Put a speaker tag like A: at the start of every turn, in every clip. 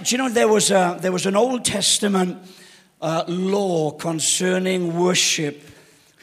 A: Do you know there was a there was an Old Testament uh, law concerning worship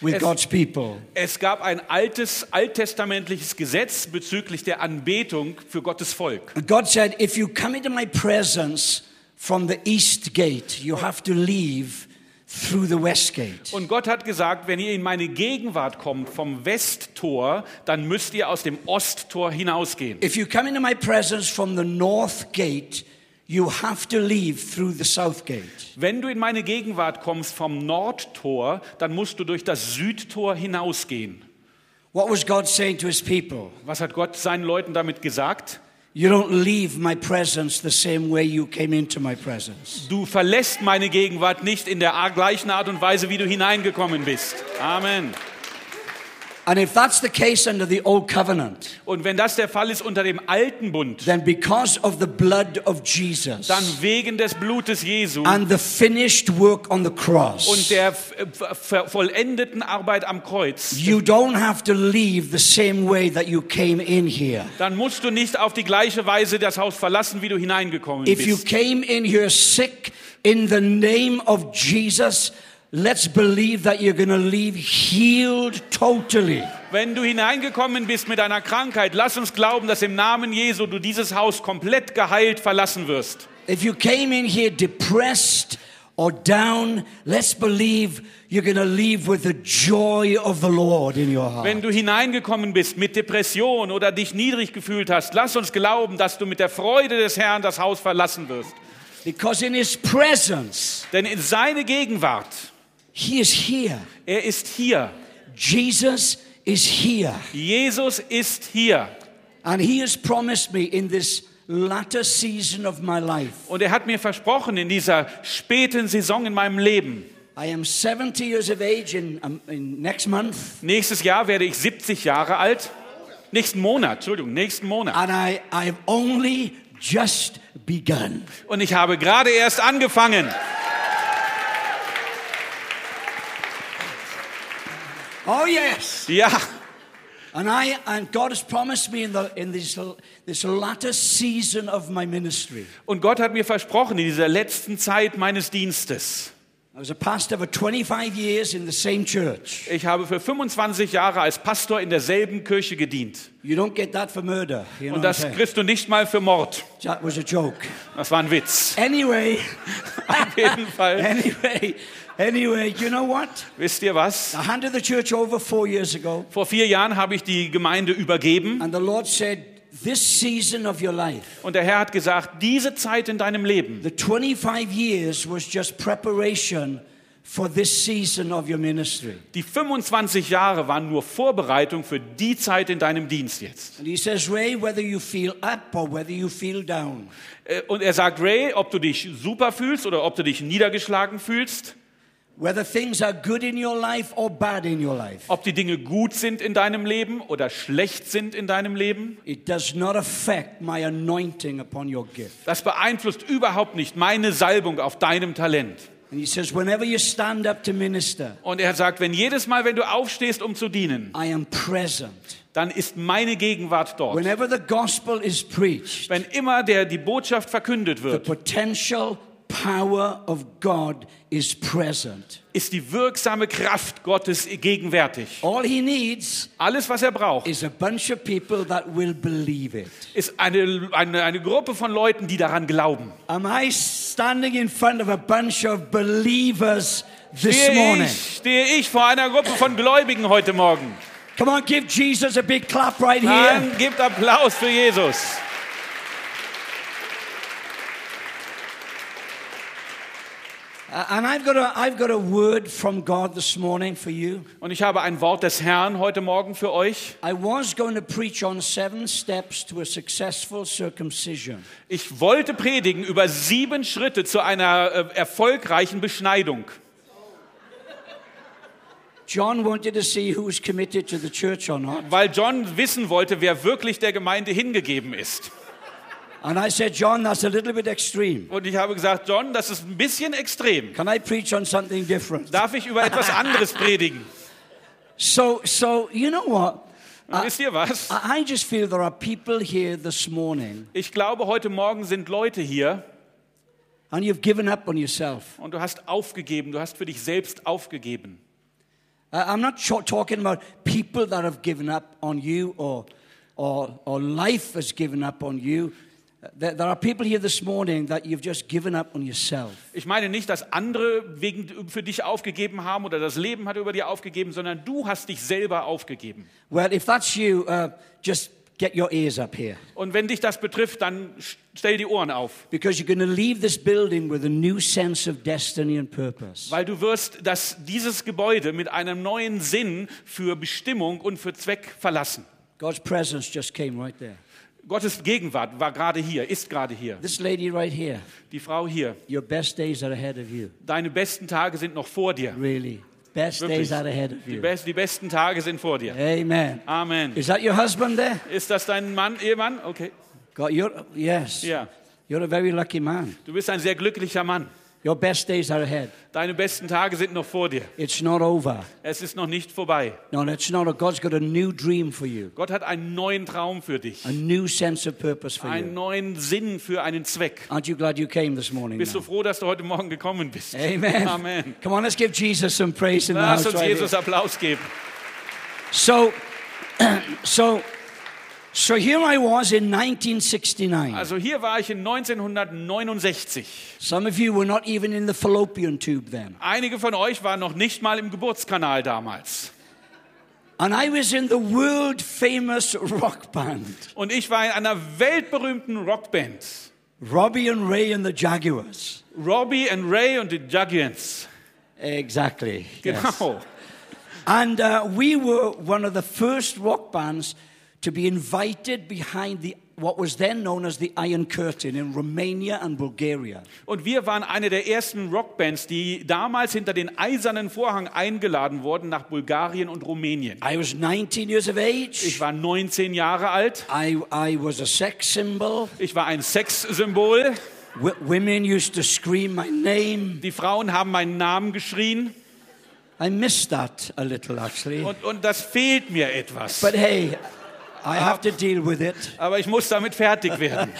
A: with
B: Es-
A: God's people?
B: Es gab ein altes, alttestamentliches Gesetz bezüglich der Anbetung für Gottes Volk.
A: God said, "If you come into my presence from the east gate, you have to leave through the west gate."
B: Und Gott hat gesagt, wenn ihr in meine Gegenwart kommt vom Westtor, dann müsst ihr aus dem Osttor hinausgehen.
A: If you come into my presence from the north gate, you have to leave through the south gate.
B: Wenn du in meine Gegenwart kommst vom Nordtor, dann musst du durch das Südtor hinausgehen.
A: What was God saying to his people?
B: Was hat Gott seinen Leuten damit gesagt?
A: You don't leave my presence the same way you came into my presence.
B: Du verlässt meine Gegenwart nicht in der a- gleichen Art und Weise, wie du hineingekommen bist. Amen.
A: And if that's the case under the old covenant,
B: Und wenn das der Fall ist unter dem alten Bund,
A: then because of the blood of Jesus
B: dann wegen des Blutes Jesu
A: and the finished work on the
B: und
A: cross,
B: der f- f- ver- vollendeten Arbeit am Kreuz,
A: you don't have to leave the same way that you came in here.
B: dann musst du nicht auf die gleiche Weise das Haus verlassen, wie du hineingekommen
A: If you
B: bist.
A: came in here sick in the name of Jesus, let's believe that you're going to leave healed totally.
B: Wenn du hineingekommen bist mit einer Krankheit, lass uns glauben, dass im Namen Jesu du dieses Haus komplett geheilt verlassen wirst.
A: If you came in here depressed or down, let's believe you're going to leave with the joy of the Lord in your heart.
B: Wenn du hineingekommen bist mit Depression oder dich niedrig gefühlt hast, lass uns glauben, dass du mit der Freude des Herrn das Haus verlassen wirst.
A: Because in His presence,
B: Denn in seine Gegenwart,
A: He is here.
B: er ist hier.
A: Jesus is here.
B: Jesus ist hier.
A: And He has promised me in this latter season of my life.
B: Und er hat mir versprochen, in dieser späten Saison in meinem Leben,
A: I am 70 years of age in, um, in next month,
B: nächstes Jahr werde ich 70 Jahre alt. Nächsten Monat, Entschuldigung, nächsten Monat.
A: and I, I've only just begun.
B: Und ich habe gerade erst angefangen.
A: Oh, yes.
B: Ja.
A: And, I, and God has promised me in, the, in this, this latter season of my ministry.
B: Und Gott hat mir versprochen, in dieser letzten Zeit meines Dienstes.
A: I was a pastor for 25 years in the same church.
B: Ich habe für 25 Jahre als Pastor in derselben Kirche gedient.
A: You don't get that for murder. You know
B: Und
A: what I'm
B: das
A: saying?
B: kriegst du nicht mal für Mord.
A: that was a joke.
B: Das war ein Witz.
A: Anyway,
B: Auf jeden Fall.
A: anyway, anyway, you know what?
B: Wisst ihr was?
A: I handed the church over four years ago,
B: Vor vier Jahren habe ich die Gemeinde übergeben
A: and the Lord said, This season of your life,
B: und der Herr hat gesagt, diese Zeit in deinem Leben,
A: The 25 years was just preparation for this season of your ministry.
B: Die 25 Jahre waren nur Vorbereitung für die Zeit in deinem Dienst jetzt.
A: And he says, Ray, whether you feel up or whether you feel down,
B: Äh, Und er sagt, Ray, ob du dich super fühlst oder ob du dich niedergeschlagen fühlst,
A: whether things are good in your life or bad in your life,
B: ob die Dinge gut sind in deinem Leben oder schlecht sind in deinem Leben,
A: it does not affect my anointing upon your gift.
B: das beeinflusst überhaupt nicht meine Salbung auf deinem Talent.
A: And he says, whenever you stand up to minister,
B: Und er sagt, wenn jedes Mal, wenn du aufstehst, um zu dienen,
A: I am present.
B: dann ist meine Gegenwart dort.
A: Whenever the gospel is preached,
B: Wenn immer der die Botschaft verkündet
A: the
B: wird,
A: potential power of God is present.
B: ist die wirksame Kraft Gottes gegenwärtig.
A: All he needs
B: Alles, was er braucht,
A: is a bunch of people that will believe it.
B: ist eine, eine, eine Gruppe von Leuten, die daran glauben.
A: Am I standing in front of a bunch of believers this
B: Stehe
A: morning?
B: ich, stehe ich vor einer Gruppe von Gläubigen heute Morgen.
A: Come on, give Jesus a big clap right here.
B: Dann gebt Applaus für Jesus.
A: Uh, And I've got, a, I've got a word from God this morning for you.
B: Und ich habe ein Wort des Herrn heute Morgen für euch.
A: I was going to preach on seven steps to a successful circumcision.
B: Ich wollte predigen über sieben Schritte zu einer äh, erfolgreichen Beschneidung.
A: John wanted to see who was committed to the church or not.
B: Weil John wissen wollte, wer wirklich der Gemeinde hingegeben ist.
A: And I said, John, that's a little bit extreme.
B: Und ich habe gesagt, John, das ist ein bisschen extrem.
A: Can I preach on something different?
B: Darf ich über etwas anderes predigen?
A: So, so you know what?
B: Und
A: Ah.
B: wisst ihr was?
A: I I just feel there are people here this morning
B: Ich glaube, heute Morgen sind Leute hier,
A: and you've given up on yourself.
B: Und du hast aufgegeben, du hast für dich selbst aufgegeben.
A: I- I'm not cho- talking about people that have given up on you or, or, or life has given up on you. There, there are people here this morning that you've just given up on yourself.
B: Ich meine nicht, dass andere wegen, für dich aufgegeben haben oder das Leben hat über dir aufgegeben, sondern du hast dich selber aufgegeben.
A: Well, if that's you, uh, just get your ears up here
B: Und wenn dich das betrifft, dann sch- stell die Ohren auf,
A: because you're going to leave this building with a new sense of destiny and purpose.
B: weil du wirst das, dieses Gebäude mit einem neuen Sinn für Bestimmung und für Zweck verlassen.
A: God's presence just came right there.
B: Gottes Gegenwart war gerade hier, ist gerade hier.
A: This lady right here,
B: Die Frau hier,
A: your best days are ahead of you.
B: deine besten Tage sind noch vor dir.
A: Really. Best days
B: Wirklich.
A: are ahead of
B: Die,
A: you.
B: best, die besten Tage sind vor dir.
A: Amen.
B: Amen.
A: Is that your husband there?
B: Ist das dein Mann, Ehemann? Okay.
A: God, you're, yes.
B: Ja.
A: You're a very lucky man.
B: Du bist ein sehr glücklicher Mann.
A: Your best days are ahead.
B: Deine besten Tage sind noch vor dir.
A: It's not over.
B: Es ist noch nicht vorbei.
A: No, it's not. God's got a new dream for you,
B: Gott hat einen neuen Traum für dich,
A: a new sense of purpose for
B: einen
A: you.
B: neuen Sinn für einen Zweck.
A: Aren't you glad you came this morning?
B: Bist du
A: now?
B: froh, dass du heute Morgen gekommen bist?
A: Amen.
B: Amen.
A: Come on, let's give Jesus some praise in the
B: Lass
A: house.
B: uns
A: right
B: Jesus Applaus geben.
A: here. So, so, so here I was in 1969.
B: Also hier war ich in 1969.
A: Some of you were not even in the fallopian tube then.
B: Einige von euch waren noch nicht mal im Geburtskanal damals.
A: And I was in the world famous rock band,
B: Und ich war in einer weltberühmten Rockband.
A: Robbie and Ray and the Jaguars.
B: Robbie and Ray und die Juggians.
A: Exactly. yes.
B: Genau.
A: And uh, we were one of the first rock bands to be invited behind the, what was then known as the Iron Curtain in Romania and Bulgaria.
B: Und wir waren eine der ersten Rockbands, die damals hinter den eisernen Vorhang eingeladen wurden nach Bulgarien und Rumänien.
A: I was 19 years of
B: Ich
A: age.
B: war 19 Jahre alt.
A: I, I was a sex symbol.
B: Ich war ein Sexsymbol.
A: W- women used to scream my name.
B: Die Frauen haben meinen Namen geschrien.
A: I missed that a little, actually.
B: Und, und das fehlt mir etwas.
A: But hey, I have to deal with it.
B: Aber ich muss damit fertig werden.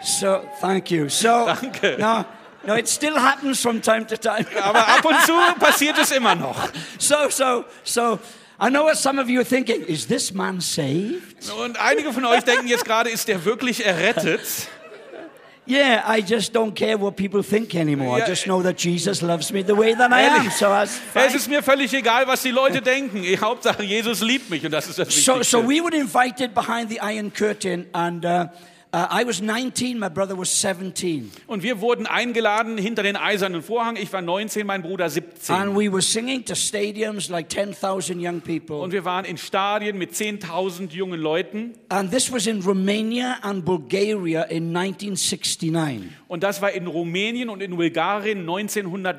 A: So, thank you. So,
B: Danke.
A: no, no, it still happens from time to time.
B: Aber ab und zu passiert es immer noch.
A: So, so, so, I know what some of you are thinking. Is this man saved?
B: Und einige von euch denken jetzt gerade, ist der wirklich errettet?
A: Yeah, I just don't care what people think anymore. I
B: Yeah.
A: just know that Jesus loves me the way that I
B: Ehrlich.
A: am. So, that's
B: Es
A: fine.
B: ist mir völlig egal, was die Leute denken. Hauptsache, Jesus liebt mich und das ist das
A: so, so
B: Wichtigste.
A: we were invited behind the iron curtain, and uh, uh, I was 19, my brother was 17,
B: Und wir wurden eingeladen hinter den eisernen Vorhang. Ich war 19, mein Bruder 17.
A: and we were singing to stadiums like 10,000 young people.
B: Und wir waren in Stadien mit 10.000 jungen Leuten.
A: And this was in Romania and Bulgaria in 1969.
B: Und das war in Rumänien und in Bulgarien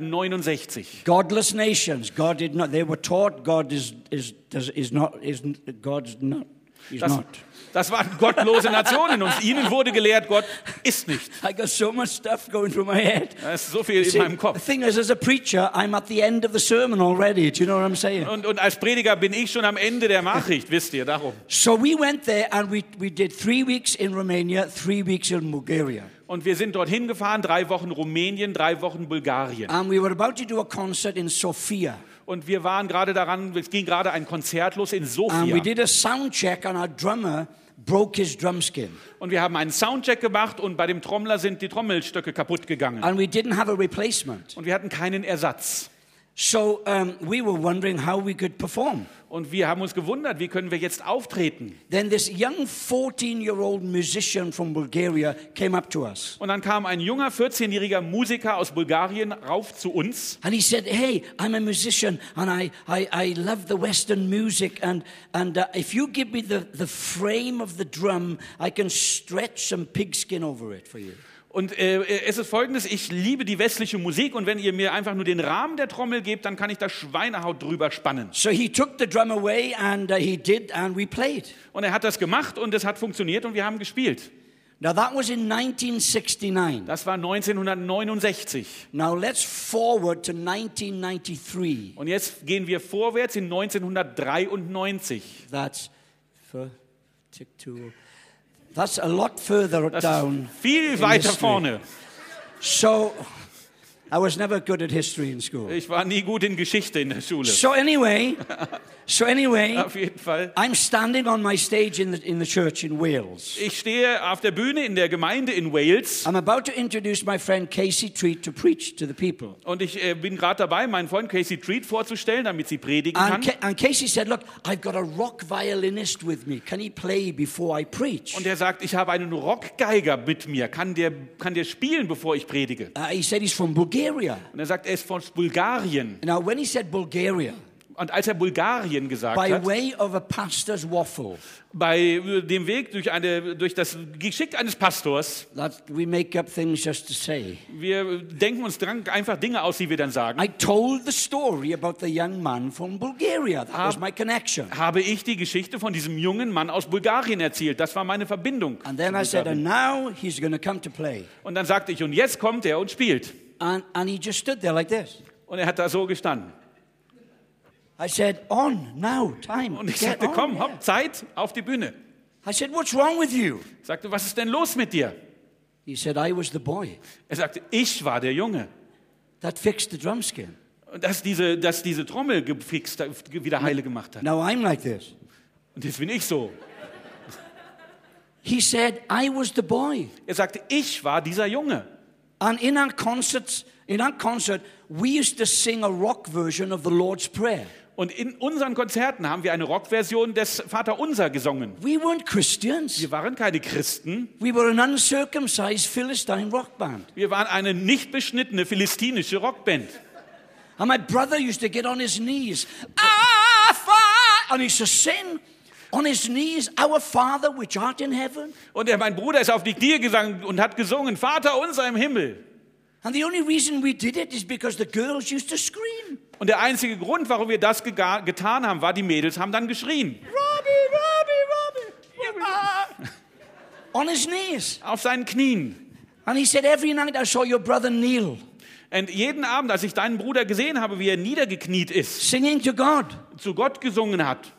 B: 1969.
A: Godless nations. God did not. They were taught God is is does, is not is God's not is
B: Das,
A: not.
B: das waren gottlose Nationen und ihnen wurde gelehrt, Gott ist nicht.
A: I got so much stuff going through my head.
B: Da ist so viel in
A: See,
B: meinem
A: the
B: Kopf.
A: thing is, as a preacher, I'm at the end of the sermon already. Do you know what I'm saying?
B: Und, und als Prediger bin ich schon am Ende der Nachricht, wisst ihr, darum.
A: So we went there and we, we did three weeks in Romania, three weeks in Bulgaria.
B: Und wir sind dorthin gefahren, drei Wochen Rumänien, drei Wochen Bulgarien.
A: And we were about to do a concert in Sofia.
B: Und wir waren gerade daran, es ging gerade ein Konzert los in
A: And Um, we
B: Sofia.
A: did a sound check, and our drummer broke his drum skin.
B: Und wir haben einen Soundcheck gemacht und bei dem Trommler sind die Trommelstöcke kaputt gegangen.
A: And we didn't have a replacement.
B: Und wir hatten keinen Ersatz.
A: So um, we were wondering how we could perform.
B: Und wir haben uns gewundert, wie können wir jetzt auftreten?
A: Then this young 14 year old musician from Bulgaria came up to us
B: Und dann kam ein junger 14-jähriger Musiker aus Bulgarien rauf zu uns
A: and he said, Hey, I'm a musician and I, I, I love the Western music. And, and uh, if you give me the, the frame of the drum, I can stretch some pigskin over it for you.
B: und äh, es ist folgendes, ich liebe die westliche Musik und wenn ihr mir einfach nur den Rahmen der Trommel gebt, dann kann ich da Schweinehaut drüber spannen.
A: So he took the drum away and uh, he did, and we played.
B: Und er hat das gemacht und es hat funktioniert und wir haben gespielt.
A: Now that was in 1969.
B: Das war 1969.
A: Now let's forward to 1993.
B: Und jetzt gehen wir vorwärts in 1993.
A: That's for tick two. That's a lot further
B: Das
A: down.
B: ist viel
A: in
B: weiter
A: history.
B: vorne.
A: So I was never good at history in school.
B: Ich war nie gut in Geschichte in der Schule.
A: So anyway, so anyway,
B: Auf jeden Fall.
A: I'm standing on my stage in the, in the church in Wales.
B: Ich stehe auf der Bühne in der Gemeinde in Wales
A: I'm about to introduce my friend Casey Treat to preach to the people.
B: und ich äh, bin gerade dabei, meinen Freund Casey Treat vorzustellen, damit sie predigen
A: And,
B: kann.
A: Ca- and Casey said, Look, I've got a rock violinist with me. Can he play before I preach?
B: Und er sagt, ich habe einen Rockgeiger mit mir. Kann der, kann der spielen, bevor ich predige?
A: Uh, he said he's from Bulgaria.
B: Und er sagt, er ist von Bulgarien.
A: Now, when he said Bulgaria,
B: Und als er Bulgarien gesagt
A: by
B: hat,
A: way of a pastor's waffle,
B: bei äh, dem Weg durch, eine, durch das Geschick eines Pastors,
A: that we make up things just to say,
B: wir denken uns dran, einfach Dinge aus, die wir dann sagen,
A: I told the story about the young man from Bulgaria. That was my connection.
B: habe ich die Geschichte von diesem jungen Mann aus Bulgarien erzählt. Das war meine Verbindung.
A: And then I said, And now he's going to come to play.
B: Und dann sagte ich, und jetzt kommt er und spielt.
A: And, and he just stood there like this.
B: Und er hat da so gestanden.
A: I said, On, now, time.
B: Und ich
A: Get
B: sagte,
A: on."
B: komm, hopp, Zeit, auf die Bühne.
A: I said, What's wrong with you?
B: Ich sagte, was ist denn los mit dir?
A: He said, I was the boy
B: Er sagte, ich war der Junge.
A: that fixed the drum skin.
B: Und dass diese, dass diese Trommel gefixt, ge- wieder heile gemacht hat.
A: Now I'm like this.
B: Und jetzt bin ich so.
A: He said, I was the boy.
B: Er sagte, ich war dieser Junge.
A: And in our concerts, in our concert, we used to sing a rock version of the Lord's Prayer.
B: Und in unseren Konzerten haben wir eine Rockversion des Vaterunser gesungen.
A: We weren't Christians.
B: Wir waren keine Christen.
A: We were an uncircumcised Philistine rock band.
B: Wir waren eine nicht beschnittene philistinische Rockband.
A: And my brother used to get on his knees. "Our Fa-" And he used to sing on his knees, Our Father which art in heaven.
B: Und er, mein Bruder ist auf die Knie gegangen und hat gesungen, Vater unser im Himmel.
A: And the only reason we did it is because the girls used to scream.
B: Und der einzige Grund, warum wir das gega- getan haben, war, die Mädels haben dann geschrien.
A: Robbie, Robbie, Robbie. on his knees.
B: Auf seinen Knien.
A: And he said, Every night I saw your brother kneel,
B: Und jeden Abend, als ich deinen Bruder gesehen habe, wie er niedergekniet ist,
A: singing to God.
B: zu Gott gesungen hat.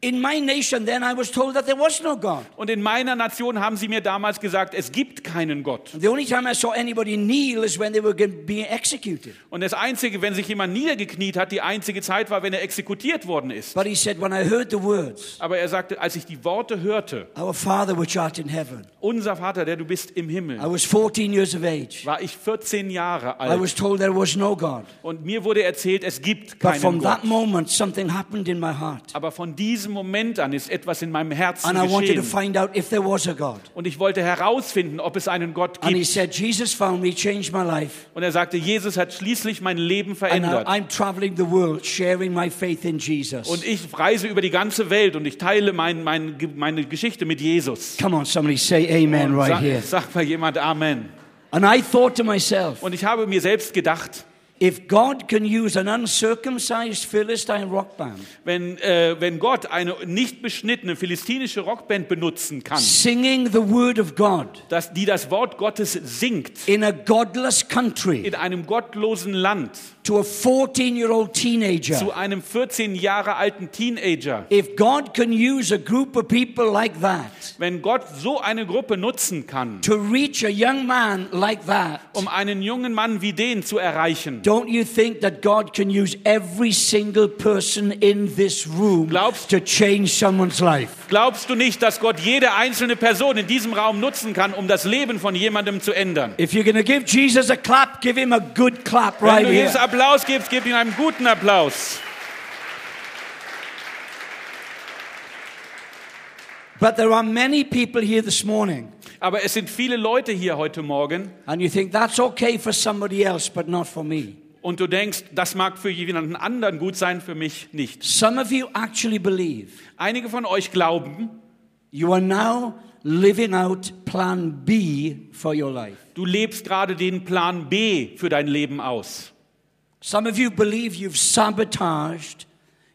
A: In my nation, then I was told that there was no God.
B: Und in meiner Nation haben sie mir damals gesagt, es gibt keinen Gott.
A: The only time I saw anybody kneel is when they were ge- being executed.
B: Und das Einzige, wenn sich jemand niedergekniet hat, die einzige Zeit war, wenn er exekutiert worden ist.
A: But he said, When I heard the words,
B: Aber er sagte, als ich die Worte hörte,
A: Our Father which art in heaven,
B: unser Vater, der du bist im
A: I
B: Himmel,
A: was 14 years of age.
B: war ich 14 Jahre
A: I
B: alt.
A: was told there was no God.
B: Und mir wurde erzählt, es gibt
A: But
B: keinen
A: from that
B: Gott.
A: moment, something happened in my heart.
B: Aber von diesem Moment an ist etwas in meinem Herzen
A: And I wanted to
B: geschehen.
A: find out if there was a God.
B: Und ich wollte herausfinden, ob es einen Gott
A: And he
B: gibt.
A: said, Jesus found me, changed my life.
B: Und er sagte, Jesus hat schließlich mein Leben
A: And now
B: verändert.
A: I'm traveling the world sharing my faith in Jesus.
B: Und ich reise über die ganze Welt und ich teile mein, mein, meine Geschichte mit Jesus.
A: Come on, somebody say amen right here.
B: Sag, sag mal jemand Amen.
A: And I thought to myself,
B: Und ich habe mir selbst gedacht,
A: If God can use an uncircumcised Philistine rock band
B: wenn, äh, wenn Gott eine nicht beschnittene philistinische Rockband benutzen kann,
A: singing the word of God
B: dass die das Wort Gottes singt
A: in a godless country
B: in einem gottlosen Land
A: to a 14 year old teenager,
B: zu einem 14 Jahre alten Teenager,
A: if God can use a group of people like that
B: wenn Gott so eine Gruppe nutzen kann,
A: to reach a young man like that,
B: um einen jungen Mann wie den zu erreichen,
A: don't you think that God can use every single person in this room
B: Glaubst-
A: to change someone's life?
B: glaubst du nicht, dass Gott jede einzelne Person in diesem Raum nutzen kann, um das Leben von jemandem zu ändern?
A: If you're going to give Jesus a clap, give him a good clap
B: Wenn
A: right
B: du
A: here.
B: jetzt Applaus gibst, gib ihm einen guten Applaus.
A: But there are many people here this morning.
B: Aber es sind viele Leute hier heute Morgen
A: And you think that's okay for somebody else, but not for me.
B: und du denkst, das mag für jemanden anderen gut sein, für mich nicht.
A: Some of you actually believe
B: Einige von euch glauben,
A: you are now living out plan B for your life.
B: du lebst gerade den Plan B für dein Leben aus.
A: Some of you believe you've sabotaged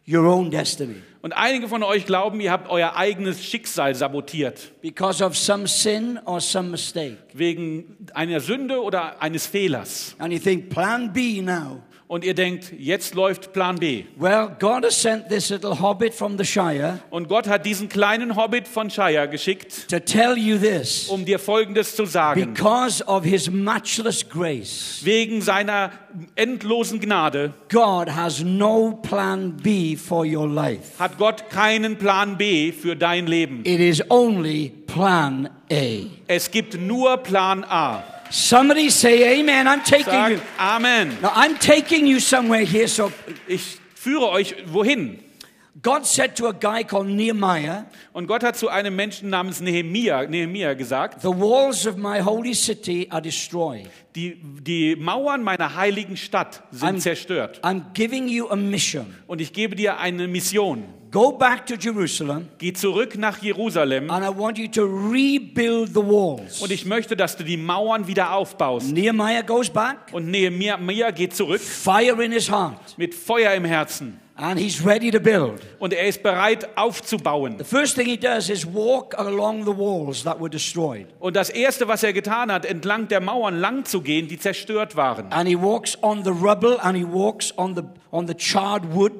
A: your own destiny
B: Und einige von euch glauben, ihr habt euer eigenes Schicksal sabotiert.
A: because of some sin or some mistake.
B: wegen einer Sünde oder eines Fehlers.
A: And you think plan B now
B: und ihr denkt, jetzt läuft Plan B.
A: Well, God has sent this little hobbit from the Shire
B: Und Gott hat diesen kleinen Hobbit von Shire geschickt,
A: to tell you this
B: um dir Folgendes zu sagen.
A: because of his matchless grace.
B: Wegen seiner endlosen Gnade
A: God has no plan B for your life.
B: hat Gott keinen Plan B für dein Leben.
A: It is only plan A.
B: Es gibt nur Plan A.
A: Somebody say amen. I'm taking
B: Sag
A: you.
B: Amen.
A: Now I'm taking you somewhere here. So
B: Ich führe euch wohin?
A: God said to a guy called Nehemiah,
B: Und Gott hat zu einem Menschen namens Nehemia, Nehemia gesagt,
A: the walls of my holy city are destroyed.
B: die, die Mauern meiner heiligen Stadt sind
A: Ein-
B: zerstört.
A: I'm giving you a mission.
B: Und ich gebe dir eine Mission.
A: Go back to Jerusalem
B: Geh zurück nach Jerusalem
A: and I want you to rebuild the walls.
B: und ich möchte, dass du die Mauern wieder aufbaust.
A: Nehemiah goes back,
B: Und Nehemia Mia geht zurück
A: fire in his heart,
B: mit Feuer im Herzen.
A: and he's ready to build.
B: Und er ist bereit aufzubauen.
A: The first thing he does is walk along the walls that were destroyed.
B: Und das Erste, was er getan hat, entlang der Mauern lang zu gehen, die zerstört waren.
A: And he walks on the rubble and he walks on the, on the charred wood.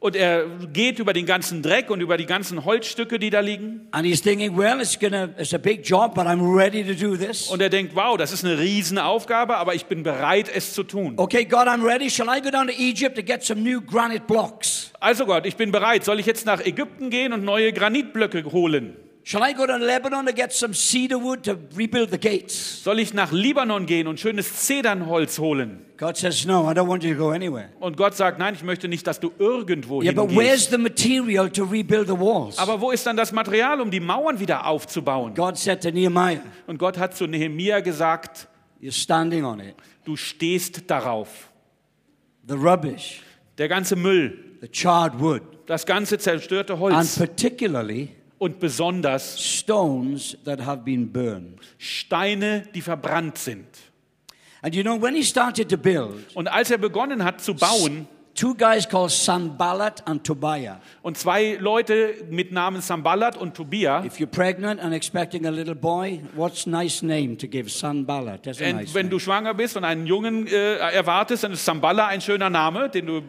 B: Und er geht über den ganzen Dreck und über die ganzen Holzstücke, die da liegen.
A: And he's thinking, well, it's, gonna, it's a big job, but I'm ready to do this.
B: Und er denkt, wow, das ist eine Riesenaufgabe, aber ich bin bereit, es zu tun.
A: Okay, God, I'm ready. Shall I go down to Egypt to get some new granite blocks?
B: Also Gott, ich bin bereit. Soll ich jetzt nach Ägypten gehen und neue Granitblöcke holen?
A: Shall I go to Lebanon to get some cedar wood to rebuild the gates?
B: Soll ich nach Libanon gehen und schönes Zedernholz holen?
A: God says, no, I don't want you to go anywhere.
B: Und Gott sagt, nein, ich möchte nicht, dass du irgendwo
A: Yeah, but
B: hingehst.
A: where's the material to rebuild the walls?
B: Aber wo ist dann das Material, um die Mauern wieder aufzubauen?
A: God said to Nehemiah,
B: Und Gott hat zu Nehemia gesagt,
A: You're standing on it.
B: du stehst darauf.
A: The rubbish,
B: Der ganze Müll,
A: the charred wood,
B: das ganze zerstörte
A: and
B: Holz
A: particularly
B: und besonders
A: stones that have been burned.
B: Steine, die verbrannt sind.
A: And you know, when he started to build,
B: Und als er begonnen hat zu bauen,
A: two guys called Sanballat and Tobiah.
B: und zwei Leute mit Namen Sambalat und Tobia,
A: If you're pregnant and expecting a little boy, what's nice name to give Sanballat? That's a
B: Wenn,
A: nice
B: wenn
A: name.
B: du schwanger bist und einen Jungen äh, erwartest, dann ist Samballa ein schöner Name, den du äh,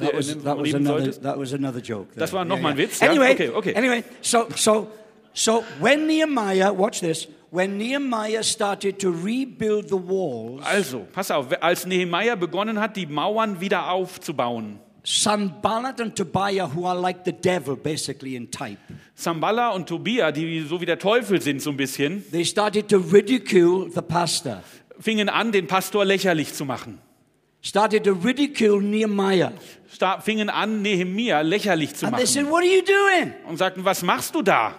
A: That was, that was
B: lieben
A: another,
B: solltest.
A: that was another joke. there.
B: Das war noch mal ein Witz, ja?
A: Anyway,
B: Okay, okay.
A: anyway, so, so, so when Nehemiah, watch this, when Nehemiah started to rebuild the walls,
B: Also, pass auf, als Nehemiah begonnen hat, die Mauern wieder aufzubauen,
A: Sanballat and Tobiah, who are like the devil basically in type,
B: Samballa und Tobia, die so wie der Teufel sind so ein bisschen,
A: they started to ridicule the pastor,
B: fingen an, den Pastor lächerlich zu machen.
A: started to ridicule Nehemiah.
B: Sta fingen an, Nehemia lächerlich zu
A: And they said,
B: machen
A: What are you doing?
B: und sagten, was machst du da?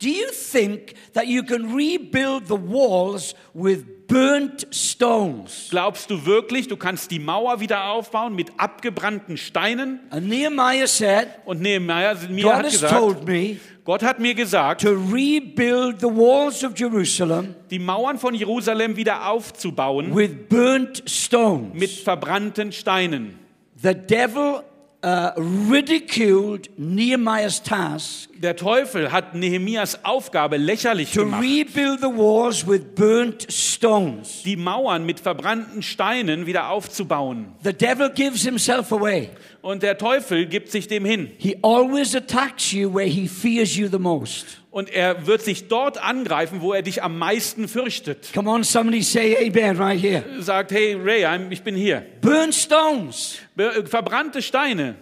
A: Do you think that you can rebuild the walls with burnt stones?
B: Glaubst du wirklich, du kannst die Mauer wieder aufbauen mit abgebrannten Steinen?
A: And Nehemiah said,
B: Und Nehemiah mir
A: God
B: hat
A: has
B: gesagt,
A: told me
B: Gott hat mir gesagt,
A: to rebuild the walls of Jerusalem
B: die Mauern von Jerusalem wieder aufzubauen
A: with burnt stones.
B: mit verbrannten Steinen.
A: The devil uh, ridiculed Nehemiah's task
B: Der Teufel hat Nehemias Aufgabe lächerlich
A: to
B: gemacht,
A: rebuild the walls with burnt stones.
B: die Mauern mit verbrannten Steinen wieder aufzubauen.
A: The devil gives himself away.
B: Und der Teufel gibt sich dem hin.
A: He always attacks you where he fears you the most.
B: Und er wird sich dort angreifen, wo er dich am meisten fürchtet.
A: Come on, somebody say amen right here.
B: Sagt, hey Ray, ich bin hier.
A: Burn stones.
B: Be- äh, Verbrannte Steine.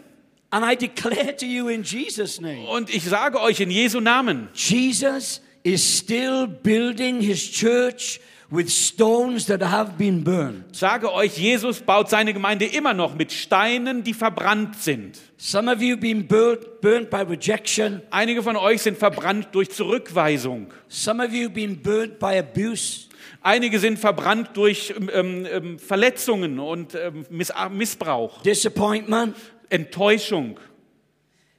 A: And I declare to you in Jesus' name
B: Und ich sage euch in Jesu Namen,
A: Jesus is still building his church with stones that have been burned.
B: sage euch, Jesus baut seine Gemeinde immer noch mit Steinen, die verbrannt sind.
A: Some of you have been burnt, burnt by rejection,
B: Einige von euch sind verbrannt durch Zurückweisung.
A: some of you have been burnt by abuse.
B: Einige sind verbrannt durch ähm, ähm, Verletzungen und ähm, Miss Missbrauch,
A: disappointment,
B: Enttäuschung.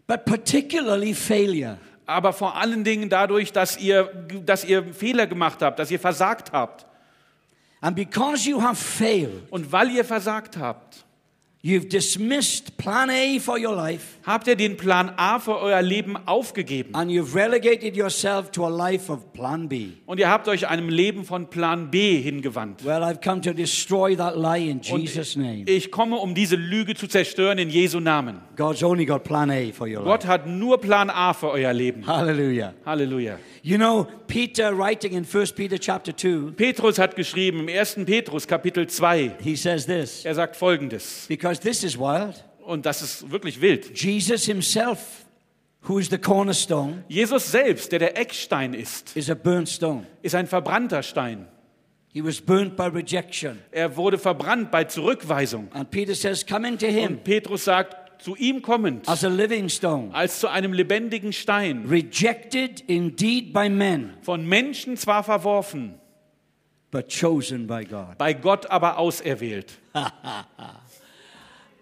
A: but particularly failure.
B: Aber vor allen Dingen dadurch, dass ihr, dass ihr Fehler gemacht habt, dass ihr versagt habt.
A: And because you have failed,
B: Und weil ihr versagt habt,
A: You've dismissed plan A for your life
B: Habt ihr den Plan A für euer Leben aufgegeben?
A: and you've relegated yourself to a life of plan B.
B: Und ihr habt euch einem Leben von Plan B hingewandt.
A: Well, I've come to destroy that lie in
B: Und
A: Jesus' name.
B: Ich komme, um diese Lüge zu zerstören in Jesu Namen.
A: God's only got plan A for your life.
B: Gott hat nur Plan A für euer Leben.
A: Hallelujah.
B: Halleluja.
A: You know, Peter writing in 1 Peter chapter 2,
B: Petrus hat geschrieben im 1. Petrus Kapitel 2.
A: he says this,
B: Er sagt folgendes
A: because this is wild.
B: und das ist wirklich wild.
A: Jesus himself, who is the cornerstone,
B: Jesus selbst, der der Eckstein ist,
A: is a burnt stone.
B: ist ein verbrannter Stein.
A: He was burnt by rejection.
B: Er wurde verbrannt bei Zurückweisung.
A: And Peter says, Come into him
B: Und Petrus sagt, zu ihm kommend
A: as a living stone,
B: als zu einem lebendigen Stein,
A: rejected indeed by men,
B: von Menschen zwar verworfen,
A: but chosen by God.
B: bei Gott aber auserwählt.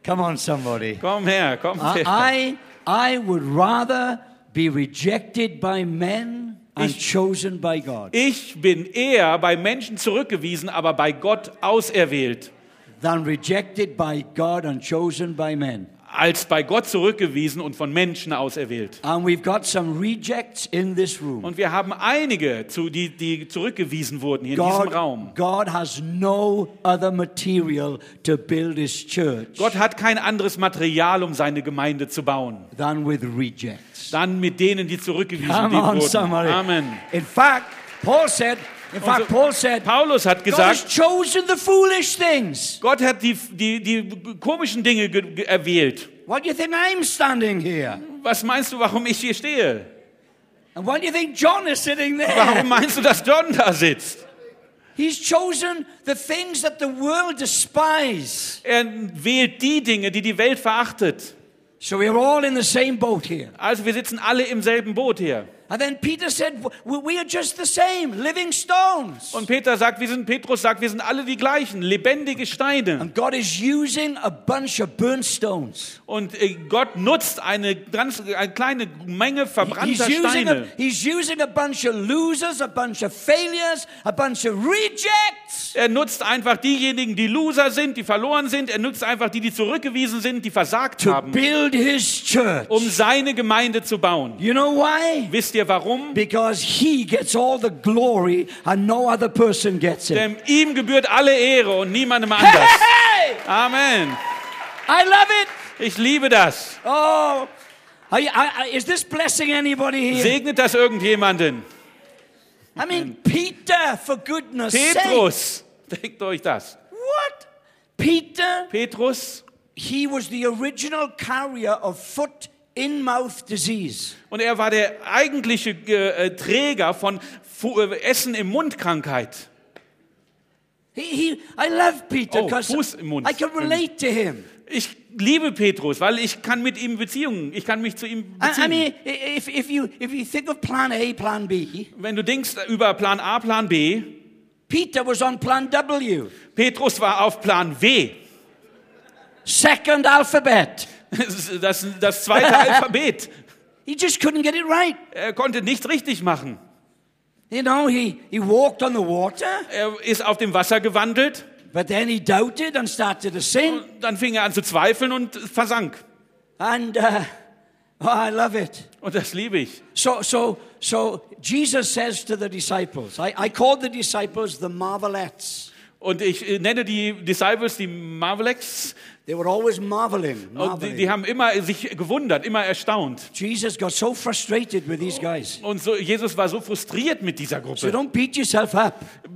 A: Come on, somebody.
B: Komm her, komm
A: Ah,
B: her.
A: I, I, I would rather be rejected by men and chosen by God
B: Ich bin eher bei Menschen zurückgewiesen, aber bei Gott auserwählt,
A: than rejected by God and chosen by men.
B: als bei Gott zurückgewiesen und von Menschen auserwählt.
A: And we've got some rejects in this room.
B: Und wir haben einige, zu, die, die zurückgewiesen wurden hier in diesem Raum.
A: God, God has no other material to build his church
B: Gott hat kein anderes Material, um seine Gemeinde zu bauen,
A: than with rejects.
B: dann mit denen, die zurückgewiesen
A: Come on,
B: wurden.
A: somebody.
B: Amen.
A: In fact, Paul said, in fact,
B: so-
A: Paul said,
B: Paulus hat
A: God has
B: gesagt,
A: chosen the foolish things.
B: Gott hat die, die, die komischen Dinge ge- ge- erwählt.
A: Why do you think I'm standing here?
B: Was meinst du, warum ich hier stehe?
A: And why do you think John is sitting there?
B: Warum meinst du, dass John da sitzt?
A: He's chosen the things that the world despise.
B: Er wählt die Dinge, die die Welt verachtet.
A: So we're all in the same boat here.
B: Also wir sitzen alle im selben Boot hier.
A: And then Peter said, "W- We are just the same, living stones.
B: Und Peter sagt, wir sind, Petrus sagt, wir sind alle die gleichen, lebendige Steine.
A: And God is using a bunch of burnt stones.
B: Und äh, Gott nutzt eine ganz eine kleine Menge
A: He's
B: verbrannter
A: using, a,
B: Steine.
A: he's using a bunch of losers, a bunch of failures, a bunch of rejects.
B: Er nutzt einfach diejenigen, die Loser sind, die verloren sind. Er nutzt einfach die, die zurückgewiesen sind, die versagt
A: to
B: haben,
A: build his church.
B: um seine Gemeinde zu bauen.
A: You know why?
B: Wisst ihr warum?
A: Because he gets all the glory and no other person gets it.
B: Denn ihm gebührt alle Ehre und niemandem
A: Hey, hey,
B: anders.
A: hey!
B: Amen.
A: I love it.
B: Ich liebe das.
A: Oh, are you- are- are- is this blessing anybody here?
B: Segnet das irgendjemanden?
A: I mean, Peter, for goodness sake.
B: Petrus. Denkt euch das.
A: What? Peter,
B: Petrus.
A: he was the original carrier of foot in mouth disease.
B: Und er war der eigentliche äh, äh, Träger von Fu äh, Essen im Mundkrankheit.
A: He, he, I love Peter
B: Oh,
A: because
B: Fuß im Mund.
A: I can relate to him.
B: Ich liebe Petrus, weil ich kann mit ihm Beziehungen, ich kann mich zu ihm
A: I,
B: beziehen.
A: I mean, i- if, if, you, if you think of plan A, plan B,
B: Wenn du denkst über Plan A, Plan B,
A: Peter was on plan W,
B: Petrus war auf Plan W.
A: second alphabet.
B: Das, ist das, das zweite Alphabet.
A: He just couldn't get it right.
B: Er konnte nichts richtig machen.
A: You know, he, he walked on the water,
B: Er ist auf dem Wasser gewandelt,
A: but then he doubted and started to sing.
B: dann fing er an zu zweifeln und versank.
A: And uh, oh, I love it.
B: Und das liebe ich.
A: So, so, so Jesus says to the disciples, I, I call the disciples the marvelettes.
B: Und ich äh, nenne die Disciples die Marvelex.
A: They were always marveling.
B: Und die,
A: marveling.
B: die haben immer sich gewundert, immer erstaunt.
A: Jesus got so frustrated with these guys.
B: Und so, Jesus war so frustriert mit dieser
A: So
B: Gruppe.
A: don't beat yourself up.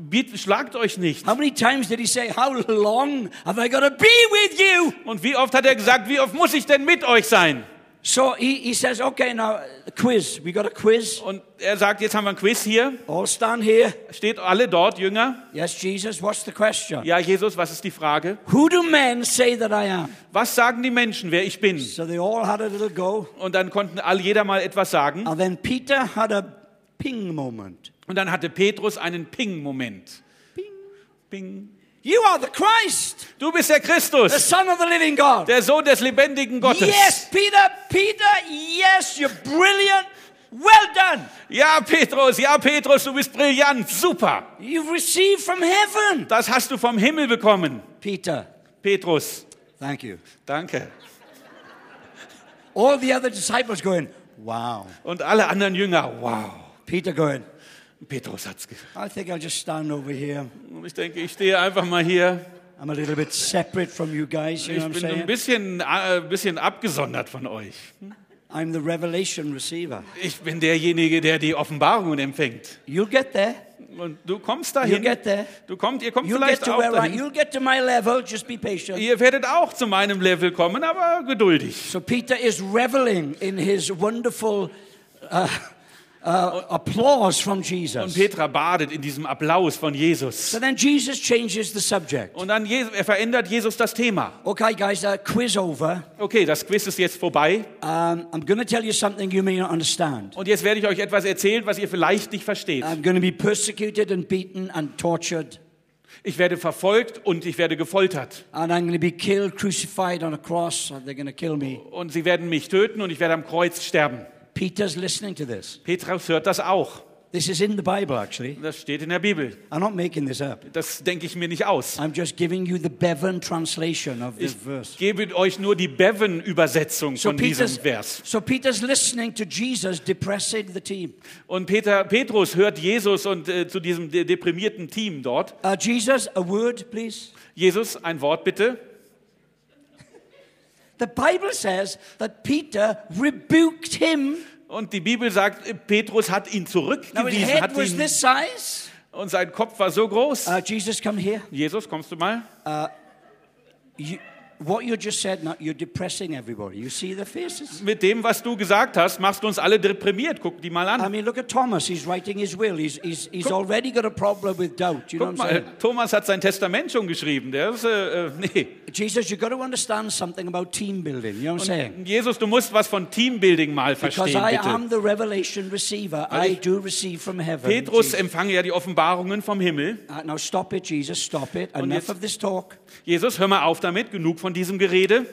B: Biet- Schlagt euch nicht.
A: How many times did he say, How long have I got to be with you?
B: Und wie oft hat er gesagt, wie oft muss ich denn mit euch sein?
A: So he, he says, Okay, now, a quiz. We got a quiz.
B: Und er sagt, jetzt haben wir ein Quiz hier.
A: All stand here.
B: Steht alle dort, Jünger?
A: Yes, Jesus, what's the question?
B: Ja, Jesus, was ist die Frage?
A: Who do men say that I am?
B: Was sagen die Menschen, wer ich bin?
A: So they all had a little go.
B: Und dann konnten all jeder mal etwas sagen.
A: And then Peter had a ping moment.
B: Und dann hatte Petrus einen Ping-Moment. Ping. Ping.
A: You are the Christ,
B: Du bist der
A: the
B: Christus,
A: Son of the living God.
B: der Sohn des lebendigen Gottes.
A: Yes, Peter, Peter, yes, you're brilliant. Well done.
B: Ja, Petrus, ja, Petrus, du bist brillant, super.
A: You've received from heaven.
B: Das hast du vom Himmel bekommen,
A: Peter,
B: Petrus.
A: Thank you.
B: Danke.
A: All the other disciples going, wow.
B: Und alle anderen Jünger, wow.
A: Peter going,
B: Petrus hat's gesagt.
A: I think I'll just stand over here.
B: Und ich denke, ich stehe einfach mal hier.
A: I'm a little bit separate from you guys, you
B: Ich
A: know
B: bin
A: what
B: so ein
A: I'm saying?
B: bisschen, äh, bisschen abgesondert von euch.
A: I'm the revelation receiver.
B: Ich bin derjenige, der die Offenbarungen empfängt.
A: You'll get there.
B: Und du kommst
A: You'll
B: dahin.
A: get there.
B: Du kommt, ihr kommt
A: You'll get
B: vielleicht
A: to
B: auch
A: where I,
B: dahin.
A: you'll get to my level. Just be patient.
B: Ihr werdet auch zu meinem Level kommen, aber geduldig.
A: So Peter is reveling in his wonderful uh, uh, applause from
B: Und
A: Jesus.
B: Petra badet in diesem Applaus von Jesus.
A: So then Jesus changes the subject.
B: Und dann Jesus, er verändert Jesus das Thema.
A: Okay, guys, uh, quiz over.
B: Okay, das Quiz ist jetzt vorbei.
A: Um, I'm going to tell you something you may not understand.
B: Und jetzt werde ich euch etwas erzählen, was ihr vielleicht nicht versteht.
A: I'm going to be persecuted and beaten and tortured,
B: Ich werde verfolgt und ich werde gefoltert.
A: and I'm going to be killed, crucified on a cross. and They're going to kill me.
B: Und sie werden mich töten und ich werde am Kreuz sterben.
A: Peter's listening to this.
B: Petrus hört das auch.
A: This is in the Bible, actually.
B: Das steht in der Bibel.
A: I'm not making this up.
B: Das denke ich mir nicht aus.
A: I'm just giving you the Bevan translation of this verse.
B: Ich gebe euch nur die Bevan-Übersetzung
A: So
B: von
A: Peter's,
B: diesem Vers.
A: so Peter's listening to Jesus depressing the team.
B: Und Peter, Petrus hört Jesus und äh, zu diesem de deprimierten Team dort.
A: Uh, Jesus, a word, please.
B: Jesus, ein Wort bitte.
A: The Bible says that Peter rebuked him.
B: Und die Bibel sagt, äh, Petrus hat ihn
A: Now his
B: zurückgewiesen,
A: head
B: hat
A: was
B: ihn,
A: this size.
B: und sein Kopf war so groß.
A: Uh, Jesus, come here.
B: Jesus, kommst du mal?
A: You, what you just said, now, you're depressing everybody. You see the faces?
B: Mit dem, was du gesagt hast, machst du uns alle deprimiert. Guck die mal
A: I
B: an.
A: mean, look at Thomas. He's writing his will. He's, he's, he's already got a problem with doubt. You know
B: Guck
A: what I'm
B: mal,
A: saying?
B: Thomas hat sein Testament schon geschrieben. Der ist, äh, äh, nee.
A: Jesus, you've got to understand something about team building. You know what
B: Oh,
A: I'm saying?
B: Jesus, du musst was von Teambuilding mal
A: Because
B: verstehen,
A: I
B: bitte.
A: am the revelation receiver.
B: Weil
A: I
B: ich-
A: do receive from heaven.
B: Petrus
A: Jesus.
B: empfange ja die Offenbarungen vom Himmel.
A: Uh, now stop it, Jesus, stop it. Enough
B: jetzt-
A: of this talk.
B: Jesus, hör mal auf damit, genug von diesem Gerede.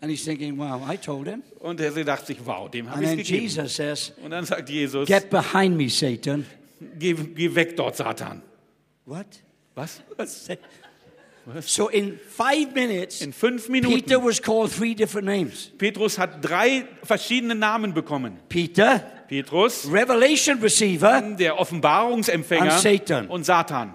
A: And he's thinking, wow, I told him.
B: Und er dachte sich, wow, dem habe
A: And
B: ich
A: then
B: gegeben.
A: Jesus says,
B: Und dann sagt Jesus,
A: get behind me, Satan.
B: geh, geh weg dort, Satan.
A: What?
B: Was?
A: So in five minutes,
B: In fünf Minuten.
A: Peter was called three different names.
B: Petrus hat drei verschiedene Namen bekommen.
A: Peter,
B: Petrus,
A: revelation receiver.
B: der
A: Und
B: Offenbarungsempfänger
A: Satan.
B: und Satan.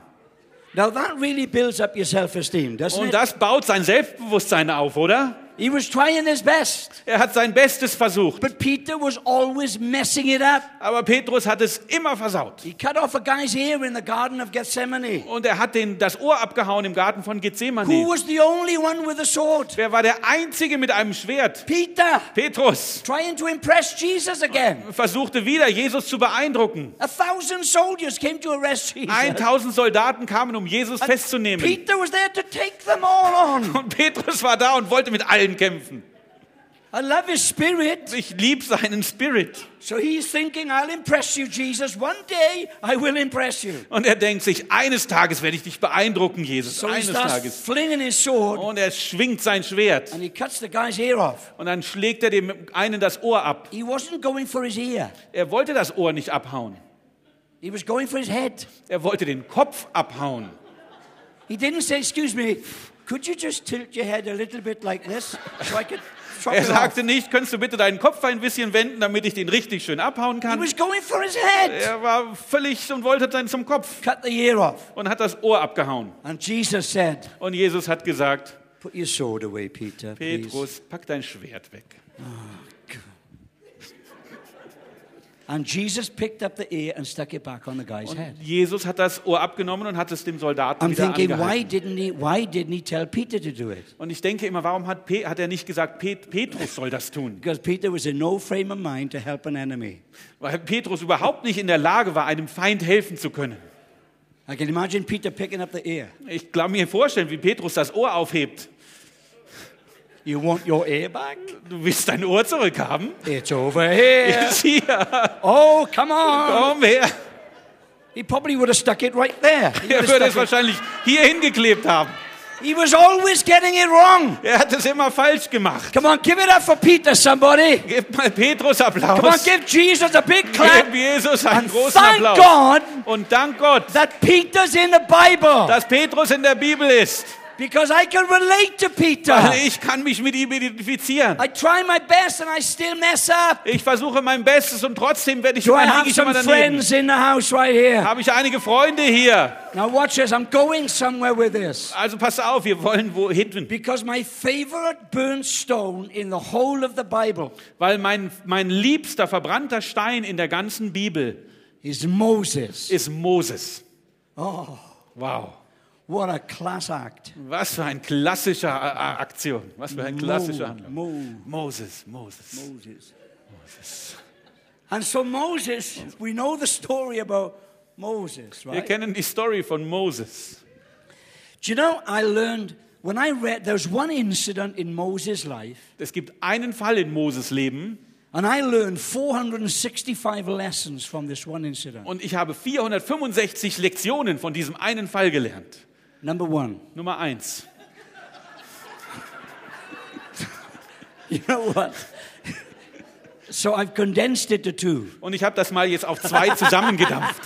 A: Now that really builds up your self-esteem, doesn't
B: Und
A: it?
B: das baut sein Selbstbewusstsein auf, oder?
A: He was trying his best,
B: Er hat sein Bestes versucht,
A: but Peter was always messing it up.
B: aber Petrus hat es immer versaut.
A: He cut off a guy's ear in the Garden of Gethsemane.
B: Und er hat den, das Ohr abgehauen im Garten von
A: Who
B: Gethsemane.
A: was the only one with a sword?
B: Wer war der Einzige mit einem Schwert?
A: Peter,
B: Petrus
A: trying to impress Jesus again.
B: versuchte wieder, Jesus zu beeindrucken.
A: A thousand soldiers came to arrest Jesus.
B: 1000 Soldaten kamen, um Jesus festzunehmen.
A: Peter was there to take them all on.
B: Und Petrus war da und wollte mit allen kämpfen.
A: I love his spirit.
B: Ich lieb seinen Spirit.
A: So he's thinking, I'll impress you, Jesus. One day I will impress you.
B: Und er denkt sich, eines Tages werde ich dich beeindrucken, Jesus.
A: So he
B: Eines
A: starts
B: Tages.
A: flinging his sword
B: Und er schwingt sein Schwert.
A: and he cuts the guy's ear off.
B: Und dann schlägt er dem einen das Ohr ab.
A: He wasn't going for his ear,
B: Er wollte das Ohr nicht abhauen.
A: he was going for his head.
B: Er wollte den Kopf abhauen.
A: He didn't say, Excuse me, could you just tilt your head a little bit like this so I could chop
B: Er
A: it off?
B: sagte nicht, könntest du bitte deinen Kopf ein bisschen wenden, damit ich den richtig schön abhauen
A: He
B: kann.
A: was going for his head.
B: Er war völlig und wollte dann zum Kopf
A: Cut the ear off.
B: und hat das Ohr abgehauen.
A: And Jesus said,
B: Und Jesus hat gesagt,
A: Put your sword away, Peter. please."
B: Petrus, pack dein Schwert weg.
A: And Jesus picked up the ear and stuck it back on the guy's head.
B: Jesus hat das Ohr abgenommen und hat es dem Soldaten
A: I'm
B: wieder
A: thinking, why
B: angehalten.
A: didn't he? Why didn't he tell Peter to do it?
B: Und ich denke immer, warum hat, Pe hat er nicht gesagt, Pet Petrus soll das tun?
A: Because Peter was in no frame of mind to help an enemy.
B: Weil Petrus überhaupt nicht in der Lage war, einem Feind helfen zu können.
A: I can imagine Peter picking up the ear.
B: Ich kann mir vorstellen, wie Petrus das Ohr aufhebt.
A: You want your ear back?
B: Du willst dein Ohr zurückhaben?
A: It's over here.
B: Ist hier,
A: Oh, come on!
B: komm her.
A: He probably would have stuck it right there. He,
B: Er
A: would have
B: würde es
A: stuck
B: wahrscheinlich hier hingeklebt haben.
A: it. He was always getting it wrong.
B: Er hat es immer falsch gemacht.
A: Come on, give it up for Peter, somebody.
B: Gebt mal Petrus
A: Come on,
B: Applaus.
A: give Jesus a big
B: Gebt
A: clap.
B: Jesus einen
A: And
B: großen
A: thank
B: Applaus.
A: God
B: Und dank Gott,
A: that Peter's in the Bible.
B: dass Petrus in der Bibel ist.
A: Because I can relate to Peter.
B: Weil ich kann mich mit ihm identifizieren.
A: I try my best and I still mess up.
B: Ich versuche mein Bestes und trotzdem werde ich
A: Do I
B: immer, liege
A: have
B: ich immer
A: some
B: daneben.
A: friends in the house right here?
B: Habe ich einige Freunde hier.
A: Now watch this. I'm going somewhere with this.
B: Also pass auf, wir wollen wohin.
A: Because my favorite burnt stone in the whole of the Bible
B: Weil mein, mein liebster verbrannter Stein in der ganzen Bibel
A: is Moses.
B: ist Moses.
A: Oh,
B: Wow.
A: what a class act.
B: Was für ein klassischer äh, äh, Aktion. Was für ein klassischer Handlung.
A: Mo-
B: Moses, Moses.
A: Moses. And so Moses, we know the story about Moses,
B: Wir
A: right?
B: kennen die Story von Moses.
A: Do you know, I learned when I read, there's one incident in Moses' life,
B: Es gibt einen Fall in Moses Leben
A: and I learned 465 lessons from this one incident.
B: und ich habe 465 Lektionen von diesem einen Fall gelernt.
A: Number one,
B: Nummer eins.
A: you know what? so I've condensed it to two.
B: Und ich habe das mal jetzt auf zwei zusammengedampft.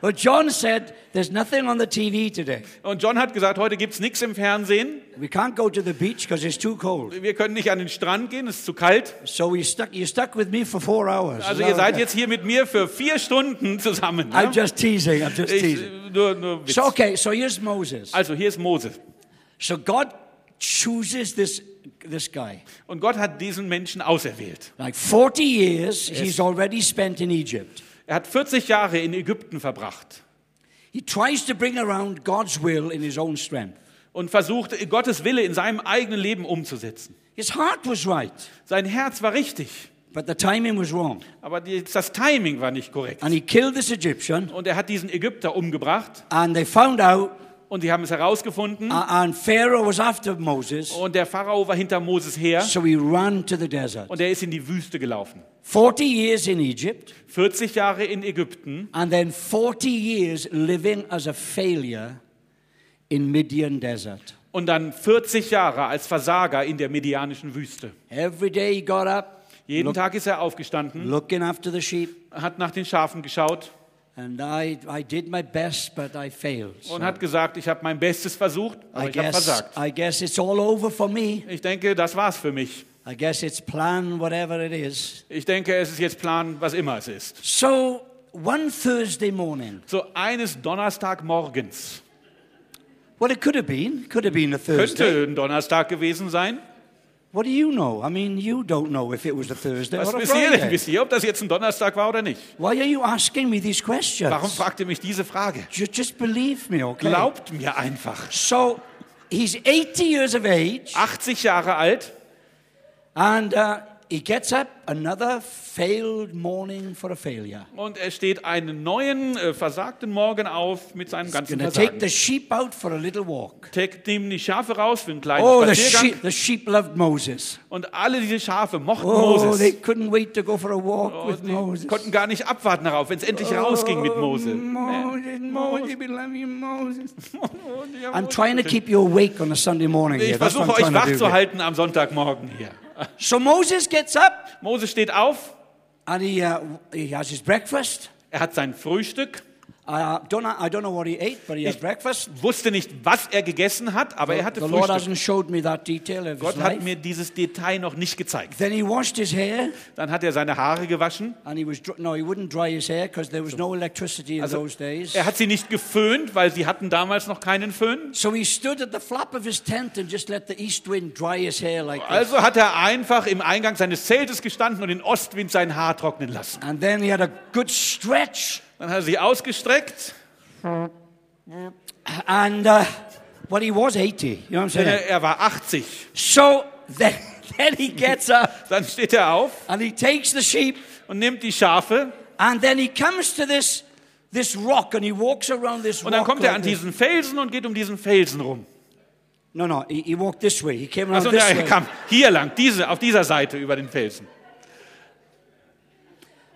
A: But John said, there's nothing on the TV today.
B: Und John hat gesagt, heute gibt's nichts im Fernsehen.
A: We can't go to the beach because it's too cold.
B: Wir können nicht an den Strand gehen, es ist zu kalt.
A: So we stuck, you stuck with me for four hours.
B: Also ihr seid jetzt hier mit mir für vier Stunden zusammen.
A: I'm
B: Ne?
A: just teasing, I'm just
B: Ich,
A: teasing.
B: nur, nur Witz.
A: So, okay, so here's Moses.
B: Also hier ist Moses.
A: So God chooses this, this guy.
B: Und Gott hat diesen Menschen auserwählt.
A: Like 40 years, he's already spent in Egypt.
B: Er hat 40 Jahre in Ägypten verbracht
A: He tries to bring around God's will in his own strength.
B: und versucht, Gottes Wille in seinem eigenen Leben umzusetzen.
A: His heart was right,
B: Sein Herz war richtig,
A: but the timing was wrong.
B: aber die, das Timing war nicht korrekt.
A: And he killed this Egyptian,
B: Und er hat diesen Ägypter umgebracht
A: and they found out,
B: und sie haben es herausgefunden
A: a- and Pharaoh was after Moses,
B: und der Pharao war hinter Moses her
A: so he ran to the desert.
B: und er ist in die Wüste gelaufen.
A: 40 years in Egypt,
B: 40 Jahre in Ägypten
A: and then 40 years living as a failure in Midian desert.
B: und dann 40 Jahre als Versager in der medianischen Wüste.
A: Every day he got up,
B: Jeden Tag ist er aufgestanden,
A: looking after the sheep,
B: hat nach den Schafen geschaut
A: and I, I did my best, but I failed.
B: und hat gesagt, ich habe mein Bestes versucht, aber
A: I
B: ich habe
A: guess,
B: versagt.
A: I guess it's all over for me.
B: Ich denke, das war's für mich.
A: I guess it's plan, whatever it is.
B: Ich denke, es ist jetzt Plan, was immer es ist.
A: So one Thursday morning,
B: So eines Donnerstagmorgens.
A: well, it could have been, could have been a Thursday.
B: Könnte ein Donnerstag gewesen sein.
A: What do you know? I mean, you don't know if it was a Thursday
B: Was
A: or a
B: wisst ihr denn?
A: Friday.
B: Wisst ihr, ob das jetzt ein Donnerstag war oder nicht?
A: Why are you asking me these questions?
B: Warum fragt ihr mich diese Frage?
A: Ju- Just believe me, okay?
B: Glaubt mir einfach.
A: So he's 80 years of age,
B: 80 Jahre alt
A: and uh, he gets up another failed morning for a failure.
B: und er steht einen neuen, äh, versagten Morgen auf mit seinem ganzen
A: Going to take
B: Versagen.
A: the sheep out for a little walk.
B: Take, nehmen die Schafe raus für einen kleinen
A: Oh, the
B: Spaziergang.
A: sheep, the sheep loved Moses.
B: Und alle diese Schafe mochten
A: Oh,
B: Moses.
A: they couldn't wait to go for a walk
B: Oh,
A: with
B: die
A: Moses. Oh,
B: konnten gar nicht abwarten darauf, wenn es endlich rausging mit Moses.
A: Moses, Moses, we love you, Moses. I'm
B: I'm
A: trying to keep you awake on a Sunday morning.
B: Ich
A: here. That's what
B: versuche
A: I'm
B: euch wach
A: trying to do
B: zu
A: here.
B: halten am Sonntagmorgen hier.
A: So Moses gets up
B: Moses steht auf,
A: and he, uh, he has his breakfast.
B: er hat sein Frühstück,
A: I uh, don't know, I don't know what he ate, but he has breakfast.
B: wusste nicht, was er gegessen hat, aber er hatte
A: the Lord
B: Frühstück.
A: hasn't showed me that detail of his
B: Gott hat
A: life.
B: mir dieses Detail noch nicht gezeigt.
A: Then he washed his hair,
B: Dann hat er seine Haare gewaschen.
A: and he was dr- no, he wouldn't dry his hair because there was no electricity in those days.
B: Er hat sie nicht geföhnt, weil sie hatten damals noch keinen Föhn.
A: So he stood at the flap of his tent and just let the east wind dry his hair like this.
B: Also hat er einfach im Eingang seines Zeltes gestanden und den Ostwind sein Haar trocknen lassen.
A: And then he had a good stretch,
B: Dann hat er sich ausgestreckt.
A: and uh, well, he was 80. You know what I'm saying?
B: Er, er war 80.
A: So then, then he gets up
B: Dann steht er auf
A: and he takes the sheep,
B: und nimmt die Schafe.
A: and then he comes to this this rock and he walks around this
B: Und dann
A: rock.
B: kommt er
A: like
B: an
A: this.
B: diesen Felsen und geht um diesen Felsen rum.
A: No, no, he, he walked this way. He came around
B: Also
A: this
B: er
A: way.
B: kam hier lang, diese, auf dieser Seite über den Felsen.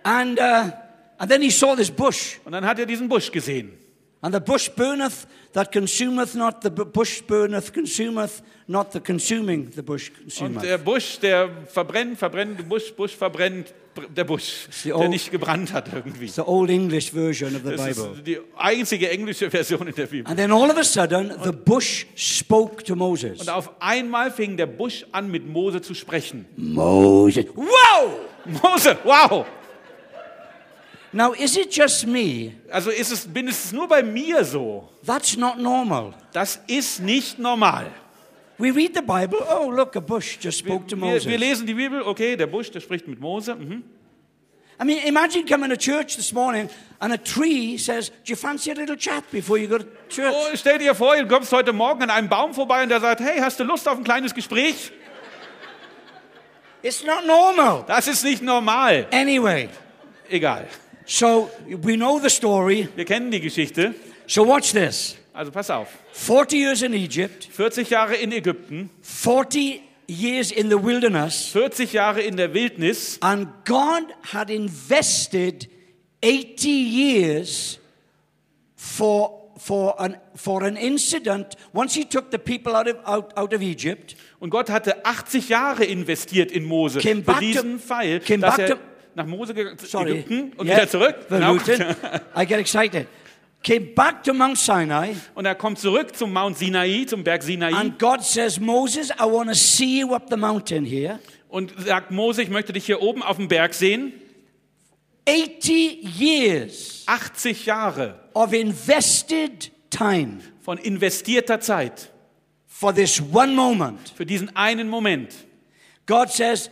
A: And, uh, and then he saw this bush.
B: Und dann hat er diesen Busch gesehen.
A: And the bush burneth that consumeth not, the bu- bush burneth, consumeth not, the consuming the bush
B: Und
A: consumeth.
B: der Busch, der verbrennt, verbrennt, Busch, Busch, verbrennt, br- der Busch,
A: Sie auch.
B: der nicht gebrannt hat irgendwie.
A: it's the old English version of the
B: Das
A: Bible.
B: ist die einzige englische Version in der Bibel.
A: And then all of a sudden, the bush spoke to Moses.
B: Und auf einmal fing der Busch an, mit Mose zu sprechen.
A: Moses. Wow!
B: Mose, wow!
A: Now, is it just me?
B: Also ist es mindestens nur bei mir so.
A: That's not normal.
B: Das ist nicht normal.
A: We read the Bible. Oh, look, a bush just
B: Wir,
A: spoke to
B: wir, wir
A: Moses.
B: lesen die Bibel, okay, der Busch, der spricht mit Mose. Mhm.
A: I mean, imagine coming to church this morning and a tree says, Do you fancy a little chat before you go to
B: Oh,
A: church?
B: stell dir vor, du kommst heute Morgen an einem Baum vorbei und der sagt, hey, hast du Lust auf ein kleines Gespräch?
A: It's not normal.
B: Das ist nicht normal.
A: Anyway,
B: Egal.
A: so we know the story.
B: Wir kennen die Geschichte.
A: So watch this
B: Also pass auf.
A: 40 years in Egypt,
B: 40 Jahre in Ägypten,
A: 40 years in the wilderness,
B: 40 Jahre in der Wildnis
A: and God had invested 80 years for. For an, for an incident, once he took the people out of, out, out of Egypt,
B: und Gott hatte 80 Jahre investiert in Mose
A: Came
B: für
A: back to-
B: diesen Fall,
A: came
B: dass
A: back
B: er
A: to-
B: nach Mose gegangen zu
A: sorry,
B: Ägypten und
A: Yeah,
B: wieder zurück. Genau.
A: Verwirrten. I get excited. Came back to Mount Sinai,
B: Und er kommt zurück zum Mount Sinai, zum Berg Sinai
A: and God says, Moses, I want to see you up the mountain here.
B: und sagt Mose, ich möchte dich hier oben auf dem Berg sehen.
A: 80 years
B: 80 Jahre
A: of invested time
B: von investierter Zeit
A: for this one moment.
B: für diesen einen Moment.
A: God says,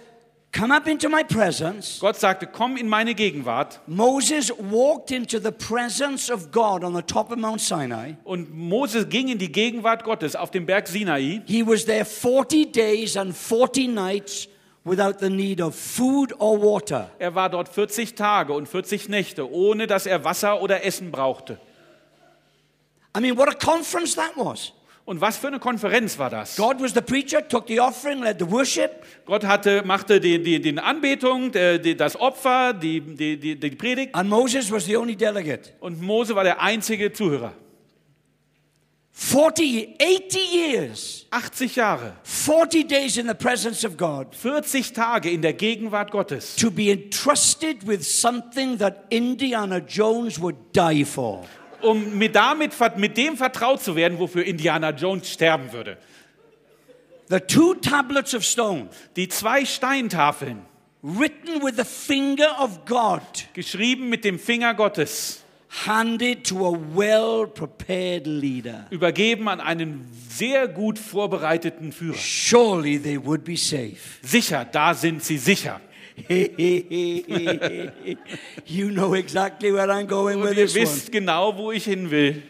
A: Come up into my presence.
B: Gott sagte, komm in meine Gegenwart.
A: Moses walked into the presence of God on the top of Mount Sinai.
B: Und Mose ging in die Gegenwart Gottes auf dem Berg Sinai.
A: He was there 40 days and 40 nights without the need of food or water.
B: Er war dort 40 Tage und 40 Nächte, ohne dass er Wasser oder Essen brauchte.
A: I mean, what a conference that was.
B: Und was für eine Konferenz war das?
A: God was the preacher, took the offering, led the worship,
B: Gott hatte, machte die, die, die Anbetung, der- die, das Opfer, die, die, die, die Predigt.
A: and Moses was the only delegate.
B: Und Mose war der einzige Zuhörer.
A: 40, ye- 80 years,
B: 80 Jahre,
A: 40 days in the presence of God
B: 40 Tage in der Gegenwart Gottes,
A: to be entrusted with something that Indiana Jones would die for.
B: um mit, damit, ver- mit dem vertraut zu werden, wofür Indiana Jones sterben würde.
A: The two tablets of stone
B: Die zwei Steintafeln,
A: written with the finger of God
B: geschrieben mit dem Finger Gottes,
A: handed to a well prepared leader.
B: übergeben an einen sehr gut vorbereiteten Führer.
A: Surely they would be safe.
B: Sicher, da sind sie sicher.
A: you know exactly where I'm going
B: Und
A: with
B: ihr
A: this one.
B: wisst genau, wo ich hin will.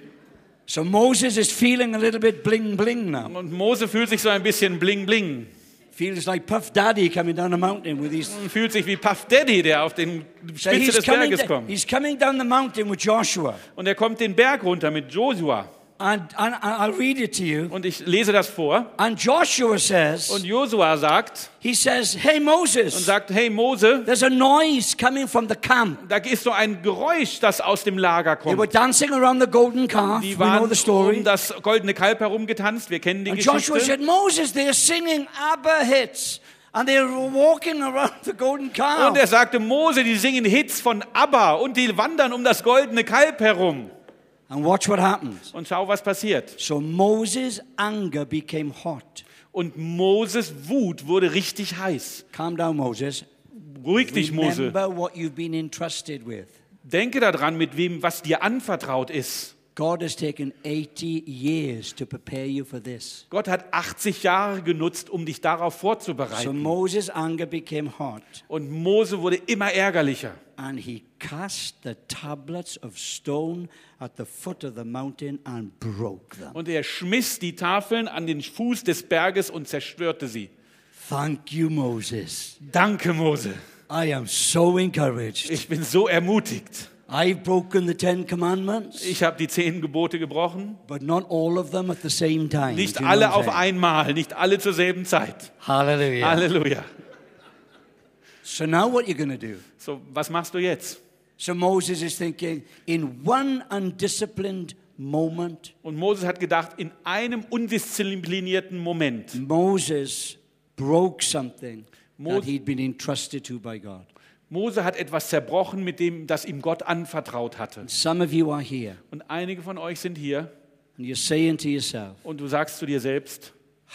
A: So Moses is feeling a little bit bling bling now.
B: Und Mose fühlt sich so ein bisschen bling bling.
A: Feels like Puff Daddy coming down a mountain with his.
B: Und fühlt sich wie Puff Daddy, der auf den
A: So
B: Spitze
A: he's
B: des
A: coming,
B: Berges
A: da-
B: kommt.
A: he's coming down the mountain with Joshua.
B: Und er kommt den Berg runter mit Joshua.
A: And, and, and I'll read it to you.
B: Und ich lese das vor.
A: And Joshua
B: Und
A: says,
B: Joshua sagt
A: he says, Hey
B: und
A: Moses,
B: sagt, hey Mose,
A: there's a noise coming from the camp.
B: da ist so ein Geräusch, das aus dem Lager
A: They were
B: kommt.
A: dancing around the golden calf. We
B: Die
A: know
B: waren
A: the story.
B: um das goldene Kalb herumgetanzt. Wir kennen die
A: And Joshua
B: Geschichte.
A: said, Moses, they're singing Abba hits. And they're walking around the golden
B: Und er
A: calf.
B: sagte, Mose, die singen Hits von ABBA und die wandern um das goldene Kalb herum.
A: And watch what happens.
B: Und schau, was passiert.
A: So Moses' anger became hot.
B: Und Moses Wut wurde richtig heiß.
A: Calm down, Moses.
B: Beruhig dich, Mose.
A: Remember what you've been entrusted with.
B: Denke daran, mit wem, was dir anvertraut ist.
A: God has taken 80 years to prepare you for this.
B: Gott hat 80 Jahre genutzt, um dich darauf
A: So
B: vorzubereiten.
A: Moses' anger became hot,
B: Und Mose wurde immer ärgerlicher.
A: and he cast the tablets of stone at the foot of the mountain and broke them.
B: Und er schmiss die Tafeln an den Fuß des Berges und zerstörte sie.
A: Thank you, Moses.
B: Danke, Mose.
A: I am so encouraged.
B: Ich bin so ermutigt.
A: I've broken the Ten Commandments,
B: Ich habe die zehn Gebote gebrochen.
A: but not all of them at the same time.
B: Nicht
A: Do you know what
B: alle
A: I'm
B: auf
A: saying?
B: einmal, nicht alle zur selben Zeit.
A: Hallelujah.
B: Halleluja.
A: so now what you're going to do?
B: So, was machst du jetzt?
A: So Moses is thinking, in one undisciplined moment,
B: Und Moses hat gedacht, in einem undisziplinierten Moment
A: Moses broke something
B: Mo-
A: that he'd been entrusted to by God.
B: Mose hat etwas zerbrochen, mit dem, das ihm Gott anvertraut hatte.
A: Some of you are here
B: Und einige von euch sind hier
A: and you're saying to yourself,
B: und du sagst zu dir selbst,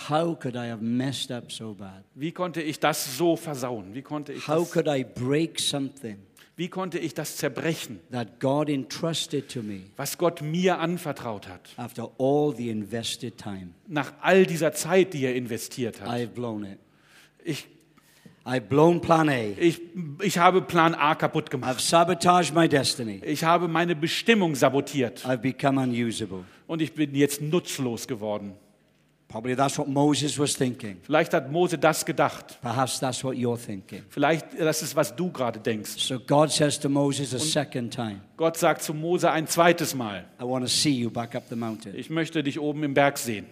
A: How could I have messed up so bad?
B: wie konnte ich das so versauen? Wie konnte ich
A: How
B: das,
A: could I break something
B: wie konnte ich das zerbrechen,
A: that God entrusted to me
B: was Gott mir anvertraut hat?
A: after all the invested time?
B: Nach all dieser Zeit, die er investiert hat.
A: I've blown it.
B: Ich,
A: I've blown plan A.
B: ich, ich habe Plan A kaputt gemacht.
A: I've sabotaged my destiny.
B: Ich habe meine Bestimmung sabotiert
A: I've become unusable.
B: und ich bin jetzt nutzlos geworden.
A: Probably that's what Moses was thinking.
B: Vielleicht hat Mose das gedacht.
A: Perhaps that's what you're thinking.
B: Vielleicht das ist, was du gerade denkst.
A: So God says to Moses a second time,
B: Gott sagt zu Mose ein zweites Mal,
A: I want to see you back up the mountain.
B: ich möchte dich oben im Berg sehen.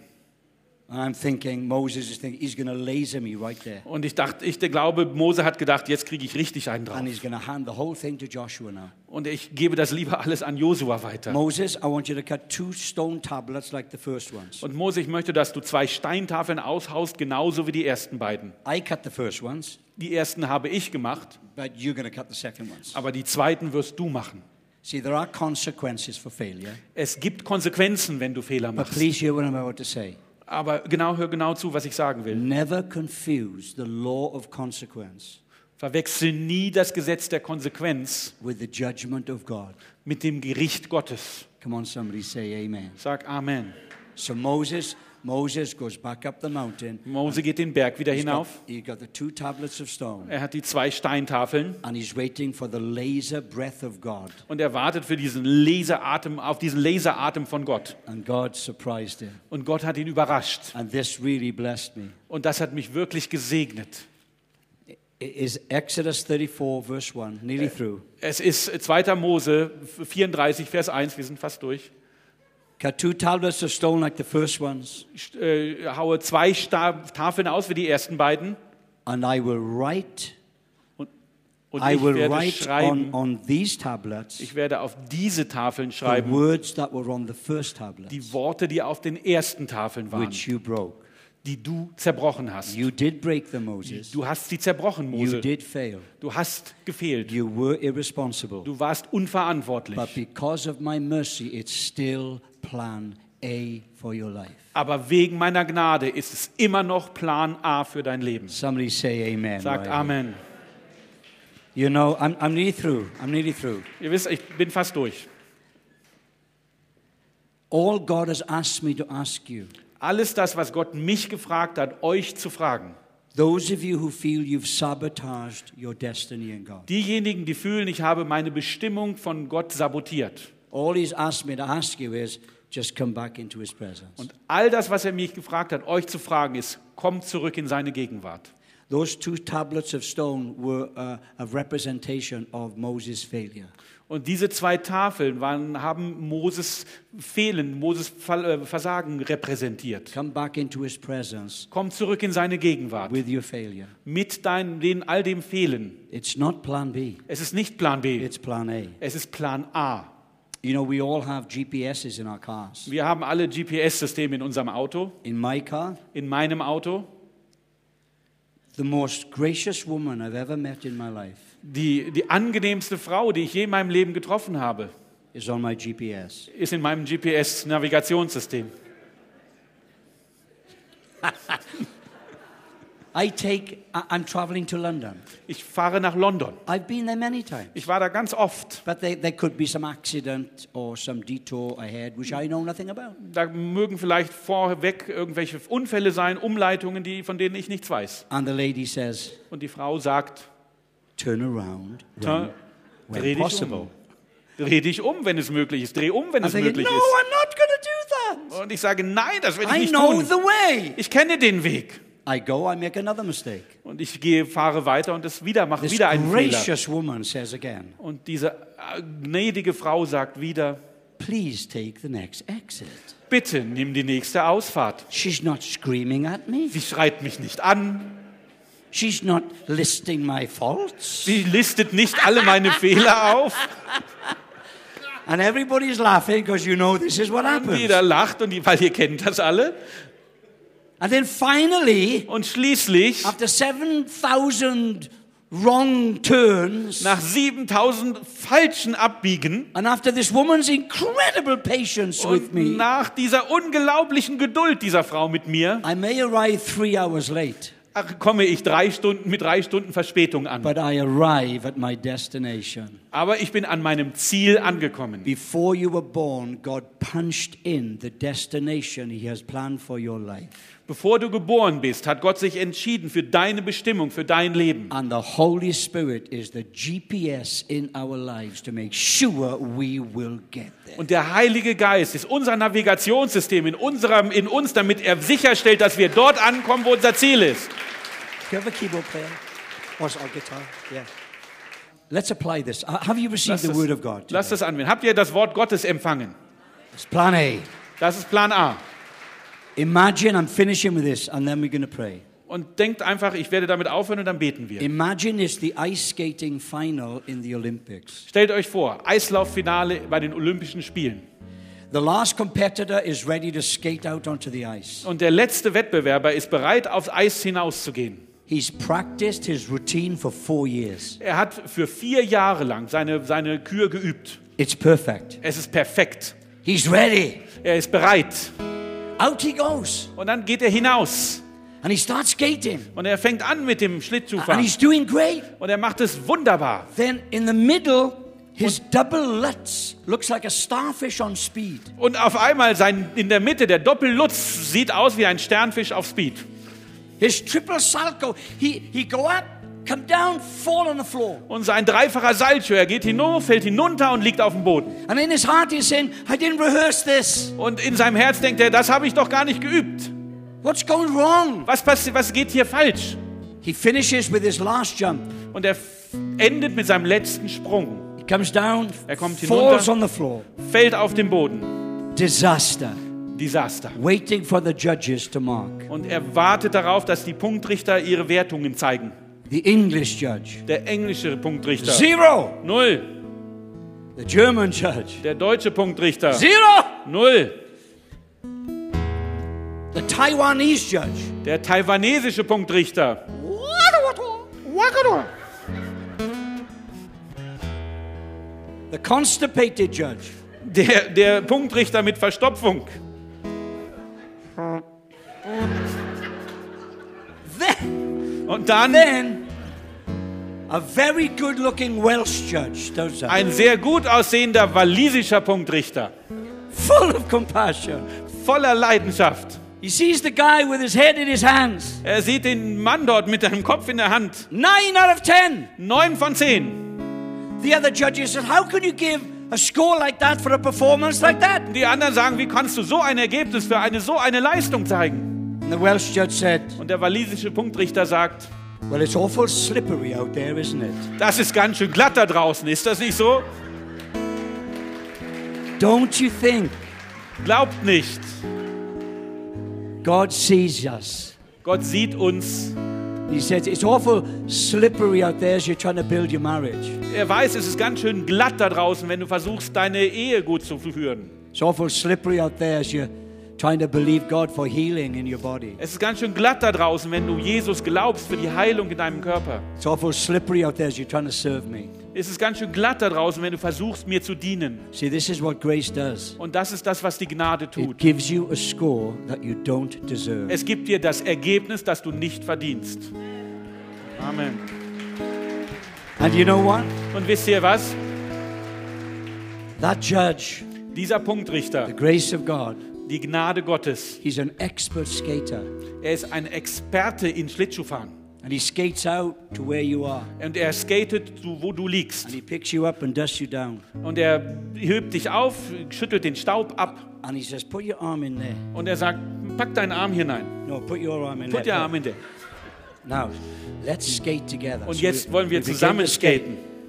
A: And I'm thinking, Moses is thinking, he's going to laser me right there.
B: Und ich dachte, ich glaube, Mose hat gedacht, jetzt kriege ich richtig einen drauf.
A: And he's going to hand the whole thing to Joshua now.
B: Und ich gebe das lieber alles an Josua weiter.
A: Moses, I want you to cut two stone tablets like the first ones.
B: Und Mose, ich möchte, dass du zwei Steintafeln aushaust, genauso wie die ersten beiden.
A: I cut the first ones,
B: Die ersten habe ich gemacht,
A: but you're going to cut the second ones.
B: aber die zweiten wirst du machen.
A: See, there are consequences for failure.
B: Es gibt Konsequenzen, wenn du Fehler
A: But
B: machst.
A: please hear what I'm about to say.
B: Aber genau, hör genau zu, was ich sagen will.
A: Never confuse the law of consequence
B: Verwechsel nie das Gesetz der Konsequenz
A: with the judgment of God.
B: mit dem Gericht Gottes.
A: Come on, somebody say amen.
B: Sag Amen.
A: So Moses, Moses goes back up the mountain.
B: Mose geht den Berg wieder
A: He's got,
B: hinauf.
A: he got the two tablets of stone,
B: Er hat die zwei Steintafeln
A: and he's waiting for the laser breath of God.
B: und er wartet für diesen Laseratem, auf diesen Laseratem von Gott.
A: And God surprised him.
B: Und Gott hat ihn überrascht.
A: And this really blessed me.
B: Und das hat mich wirklich gesegnet.
A: It is Exodus 34, verse 1, nearly through.
B: Es ist 2. Mose 34, Vers 1, wir sind fast durch.
A: Cut two tablets of stone like the first ones,
B: St- äh, Haue zwei Sta- Tafeln aus wie die ersten beiden.
A: and I will write,
B: Und
A: I
B: ich
A: will
B: werde
A: write on,
B: schreiben,
A: on these tablets
B: ich werde auf diese Tafeln
A: the
B: schreiben,
A: words that were on the first tablet,
B: die Worte, die auf den ersten Tafeln waren,
A: which you broke.
B: die du zerbrochen hast.
A: You did break them, Moses.
B: Du hast sie zerbrochen,
A: You
B: Mose.
A: did fail.
B: Du hast gefehlt.
A: You were irresponsible.
B: Du warst unverantwortlich.
A: But because of my mercy, it's still plan A for your life.
B: Aber wegen meiner Gnade ist es immer noch Plan A für dein Leben.
A: Somebody say amen.
B: Sagt
A: right?
B: Amen.
A: You know, I'm, I'm nearly through. I'm nearly through.
B: Ihr wisst, ich bin fast durch.
A: All God has asked me to ask you,
B: Alles das, was Gott mich gefragt hat, euch zu fragen.
A: those of you who feel you've sabotaged your destiny in God,
B: Diejenigen, die fühlen, ich habe meine Bestimmung von Gott sabotiert.
A: all He's asked me to ask you is just come back into His presence.
B: Und all das, was er mich gefragt hat, euch zu fragen, ist, kommt zurück in seine Gegenwart.
A: Those two tablets of stone were uh, a representation of Moses' failure.
B: Und diese zwei Tafeln waren, haben Moses Fehlen, Moses Fall- äh, Versagen repräsentiert.
A: Come back into His presence
B: Komm zurück in seine Gegenwart
A: with your failure.
B: mit dein, den, all dem Fehlen.
A: It's not plan B,
B: Es ist nicht Plan B,
A: it's plan A.
B: es ist Plan A.
A: You know, we all have GPSs in our cars.
B: Wir haben alle GPS-Systeme in unserem Auto,
A: In my car,
B: in meinem Auto.
A: the most gracious woman I've ever met in my life
B: Die, die angenehmste Frau, die ich je in meinem Leben getroffen habe,
A: is on my GPS.
B: ist in meinem GPS-Navigationssystem.
A: I take, I- I'm traveling to London.
B: Ich fahre nach London.
A: I've been there many times.
B: Ich war da ganz oft.
A: But they, there could be some accident or some detour ahead, which I know nothing about.
B: Da mögen vielleicht vorweg irgendwelche Unfälle sein, Umleitungen, die, von denen ich nichts weiß.
A: And the lady says,
B: Und die Frau sagt,
A: turn around
B: "Turn-
A: when
B: dreh dich
A: possible. Also
B: um. Dreh dich um, wenn es möglich ist. Dreh um, wenn
A: I'm
B: es
A: thinking,
B: möglich
A: no,
B: ist.
A: I'm not going to do that.
B: Und ich sage, nein, das werde ich
A: I
B: nicht
A: know
B: tun.
A: the way.
B: Ich kenne den Weg.
A: I go, I make another mistake.
B: Und ich gehe, fahre weiter und es wieder mache
A: This
B: wieder einen Fehler.
A: gracious woman says again,
B: Und diese äh, gnädige Frau sagt wieder,
A: please take the next exit.
B: bitte nimm die nächste Ausfahrt.
A: She's not screaming at me.
B: Sie schreit mich nicht an.
A: She's not listing my faults.
B: Sie listet nicht alle meine Fehler auf.
A: And everybody's laughing because you know this is what
B: Und
A: happens.
B: jeder lacht, und die, weil ihr kennt das alle.
A: And then finally,
B: Und schließlich,
A: after 7,000 wrong turns,
B: nach 7000 falschen Abbiegen
A: and after this woman's incredible patience with
B: und
A: me,
B: nach dieser unglaublichen Geduld dieser Frau mit mir,
A: I may arrive three hours late,
B: ach, komme ich drei Stunden mit drei Stunden Verspätung an.
A: but I arrive at my destination.
B: Aber ich bin an meinem Ziel angekommen.
A: Before you were born, God punched in the destination He has planned for your life.
B: Bevor du geboren bist, hat Gott sich entschieden für deine Bestimmung, für dein Leben.
A: And the Holy Spirit is the GPS in our lives to make sure we will get there.
B: Und der Heilige Geist ist unser Navigationssystem in, unserem, in uns, damit er sicherstellt, dass wir dort ankommen, wo unser Ziel ist.
A: Do you have a keyboard player? Or a guitar? Yeah. Let's apply this. Uh, Have you received
B: Lass
A: the
B: das,
A: Word of God? today?
B: lass das anwenden. Habt ihr das Wort Gottes empfangen?
A: It's plan A.
B: Das ist Plan A.
A: Imagine, I'm finishing with this, and then we're going to pray.
B: Und denkt einfach, ich werde damit aufhören und dann beten wir.
A: Imagine it's the ice skating final in the Olympics.
B: Stellt euch vor, Eislauffinale bei den Olympischen Spielen.
A: The last competitor is ready to skate out onto the ice.
B: Und der letzte Wettbewerber ist bereit, aufs Eis hinauszugehen.
A: He's practiced his routine for four years.
B: Er hat für vier Jahre lang seine, seine Kür geübt.
A: It's perfect.
B: Es ist perfekt.
A: He's ready.
B: Er ist bereit.
A: Out he goes.
B: Und dann geht er hinaus.
A: And he starts skating.
B: Und er fängt an mit dem
A: And
B: Schlittschuhfahren.
A: he's doing great.
B: Und er macht es wunderbar.
A: Then in the middle, his double Lutz looks like a starfish on speed.
B: Und auf einmal sein, in der Mitte, der Doppellutz, sieht aus wie ein Sternfisch auf Speed.
A: His triple salto, he, he go up, come down, fall on the floor.
B: Und sein dreifacher Salcho, er geht hinauf, fällt hinunter und liegt auf dem Boden.
A: And in his heart he's saying, I didn't rehearse this.
B: Und in seinem Herz denkt er, das habe ich doch gar nicht geübt.
A: What's going wrong?
B: Was, passi- was geht hier falsch?
A: He finishes with his last jump.
B: Und er f- endet mit seinem letzten Sprung,
A: He comes down,
B: Er kommt
A: falls
B: hinunter.
A: on the floor.
B: fällt auf den Boden.
A: Disaster.
B: Desaster.
A: Waiting for the judges to mark.
B: Und er wartet darauf, dass die Punktrichter ihre Wertungen zeigen.
A: The English judge,
B: Der englische Punktrichter.
A: zero.
B: Null.
A: The German judge,
B: Der deutsche Punktrichter.
A: zero.
B: Null.
A: The Taiwanese judge,
B: Der taiwanesische Punktrichter.
A: The constipated judge.
B: Der, der Punktrichter mit Verstopfung.
A: Then,
B: Und dann
A: then a very good looking Welsh judge does that.
B: ein sehr gut aussehender walisischer Punktrichter.
A: Full of compassion.
B: Voller Leidenschaft.
A: He sees the guy with his head in his hands.
B: Er sieht den Mann dort mit einem Kopf in der Hand.
A: Nine out of ten.
B: Neun von zehn.
A: The other judges said, How can you give a score like that for a performance like that?
B: Die anderen sagen, wie kannst du so ein Ergebnis für eine so eine Leistung zeigen?
A: And the Welsh judge said,
B: Und der walisische Punktrichter sagt,
A: Well, it's awful slippery out there, isn't it?
B: das ist ganz schön glatt da draußen, ist das nicht so?
A: Don't you think
B: Glaubt nicht.
A: God sees us?
B: Gott sieht uns.
A: He says, It's awful slippery out there as you're trying to build your marriage.
B: Er weiß, es ist ganz schön glatt da draußen, wenn du versuchst, deine Ehe gut zu führen.
A: It's awful slippery out there as you're trying to believe God for healing in your body.
B: Es ist ganz schön glatt da draußen, wenn du Jesus glaubst für die Heilung in deinem Körper.
A: It's awful slippery out there as you're trying to serve me.
B: Es ist ganz schön glatt da draußen, wenn du versuchst, mir zu dienen.
A: See, this is what grace does
B: Und das ist das, was die Gnade
A: it
B: tut.
A: gives you a score that you don't deserve.
B: Es gibt dir das Ergebnis, das du nicht verdienst. Amen.
A: And you know what?
B: Und wisst ihr was?
A: That judge,
B: Dieser Punktrichter,
A: the grace of God,
B: die Gnade Gottes,
A: he's an expert skater.
B: er ist ein Experte in Schlittschuhfahren.
A: And he skates out to where you are.
B: Und er skatet, du- wo du liegst.
A: And he picks you up and dusts you down.
B: Und er hebt dich auf, schüttelt den Staub ab.
A: And he says, Put your arm in there.
B: Und er sagt, pack deinen Arm hinein.
A: No, put your arm in
B: Put
A: there.
B: den Arm in der.
A: Now, let's skate together.
B: Und jetzt
A: we-
B: wollen wir
A: we begin
B: zusammen
A: to skate.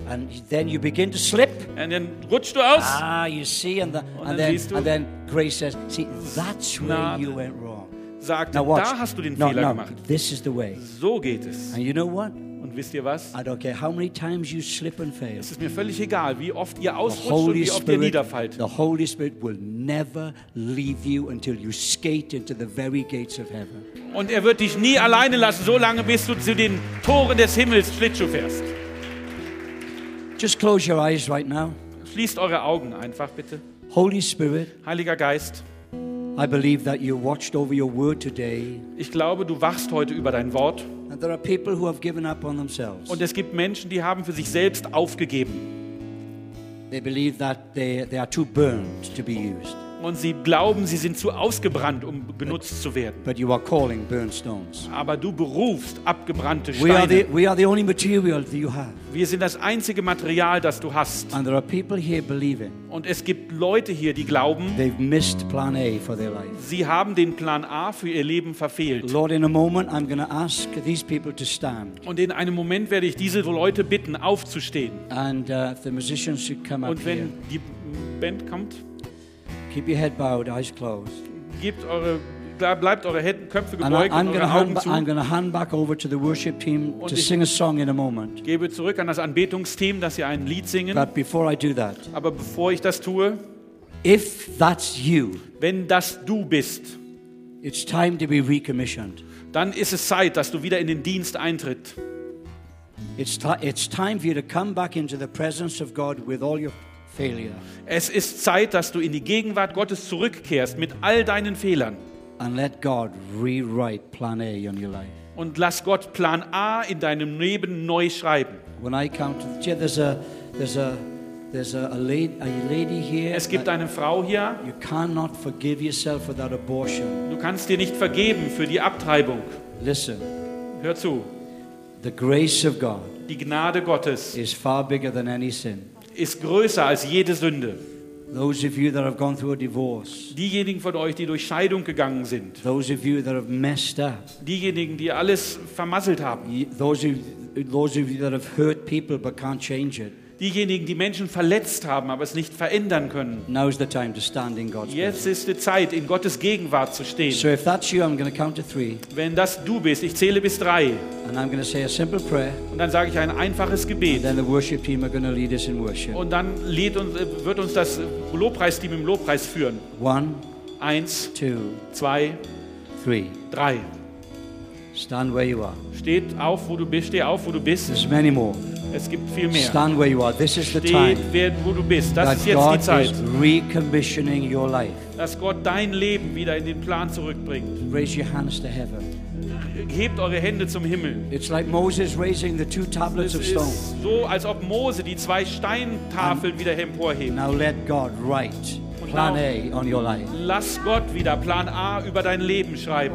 A: And then you begin to slip.
B: Und dann rutschst du aus.
A: Ah, you see, and, the,
B: dann
A: and, then,
B: siehst du-
A: and then Grace says, see, that's where
B: Gnade.
A: you went wrong.
B: Sagt,
A: Now watch.
B: da hast du den
A: no,
B: Fehler
A: no,
B: gemacht.
A: this is the way.
B: So geht es.
A: And you know what?
B: Und Und wisst ihr was?
A: I don't care how many times you slip and fail.
B: Es ist mir völlig egal, wie oft ihr
A: The
B: ausrutscht und
A: Holy
B: wie oft ihr
A: Spirit,
B: niederfallt.
A: the Holy Spirit will never leave you until you skate into the very gates of heaven.
B: Und er wird dich nie alleine lassen, solange bis du zu den Toren des Himmels Schlittschuh fährst.
A: Just close your eyes right now.
B: Schließt eure Augen einfach bitte.
A: Holy Spirit,
B: Heiliger Geist,
A: I believe that you watched over your word today.
B: ich glaube, du wachst heute über dein Wort.
A: And there are people who have given up on themselves.
B: Und es gibt Menschen, die haben für sich selbst aufgegeben.
A: They believe that they, they are too burned to be used.
B: Und sie glauben, sie sind zu ausgebrannt, um benutzt zu werden.
A: But you are calling burned stones.
B: Aber du berufst abgebrannte
A: We are, the,
B: Steine.
A: we are the only material that you have.
B: Wir sind das einzige Material, das du hast.
A: And there are people here believing
B: Und es gibt Leute hier, die glauben,
A: they've missed plan A for their life.
B: sie haben den Plan A für ihr Leben verfehlt.
A: Lord, in a moment, I'm going to ask these people to stand.
B: Und in einem Moment werde ich diese Leute bitten, aufzustehen.
A: And uh, if the musicians should come up
B: Und
A: here.
B: wenn die Band kommt,
A: Keep your head bowed, eyes closed.
B: gebt eure, bleibt eure Hä- Köpfe
A: And I,
B: gebeugt
A: I'm going
B: und
A: to
B: eure Augen
A: hand, I'm
B: zu.
A: gonna hand back over to the worship team to
B: ich-
A: sing a song in a moment.
B: Gebe zurück an das Anbetungsteam, dass sie ein Lied singen.
A: But before I do that,
B: Aber bevor ich das tue,
A: if that's you,
B: wenn das du bist,
A: it's time to be recommissioned.
B: dann ist es Zeit, dass du wieder in den Dienst eintritt.
A: It's, ti it's time for you to come back into the presence of God with all your failure
B: Es ist Zeit, dass du in die Gegenwart Gottes zurückkehrst mit all deinen Fehlern.
A: and let God rewrite Plan A on your life.
B: Und lass Gott Plan A in deinem Leben neu schreiben.
A: When I count to the chair, there's a, there's a, there's a, a, lady, a lady here.
B: Es gibt
A: that
B: eine Frau hier,
A: you cannot forgive yourself for that abortion.
B: du kannst dir nicht vergeben für die Abtreibung.
A: Listen,
B: Hör zu,
A: the grace of God
B: die Gnade Gottes
A: is far bigger than any sin.
B: ist größer als jede Sünde.
A: Those of you that have gone through a divorce,
B: Diejenigen von euch, die durch Scheidung gegangen sind,
A: those of you that have messed up,
B: diejenigen, die alles vermasselt haben,
A: y- those of, those of you that have hurt people but can't change it,
B: diejenigen, die Menschen verletzt haben, aber es nicht verändern können.
A: now's the time to stand in God's
B: Jetzt ist die Zeit, in Gottes Gegenwart zu stehen.
A: So if that's you, I'm going to count to three,
B: Wenn das du bist, ich zähle bis drei
A: and I'm going to say a simple prayer.
B: und dann sage ich ein einfaches
A: And
B: Gebet
A: then the worship team are going to lead us in worship.
B: und dann lädt uns, äh, wird uns das Lobpreisteam im Lobpreis führen.
A: One,
B: Eins,
A: two,
B: zwei,
A: three.
B: drei.
A: Stand where you are.
B: Steht auf, wo du bist. Steh auf, wo du bist.
A: There's many more.
B: Es gibt viel mehr.
A: Stand where you are. This is the
B: Steht,
A: time
B: wer- wo du bist. Das
A: that
B: ist jetzt
A: God
B: die
A: is
B: Zeit,
A: recommissioning your life.
B: dass Gott dein Leben wieder in den Plan zurückbringt.
A: Raise your hands to heaven.
B: Hebt eure Hände zum Himmel.
A: It's like Moses raising the two
B: Es
A: tablets of stone.
B: ist so, als ob Mose die zwei Steintafeln wieder emporhebt.
A: Now let God write plan A on your life.
B: Lass Gott wieder Plan A über dein Leben schreiben.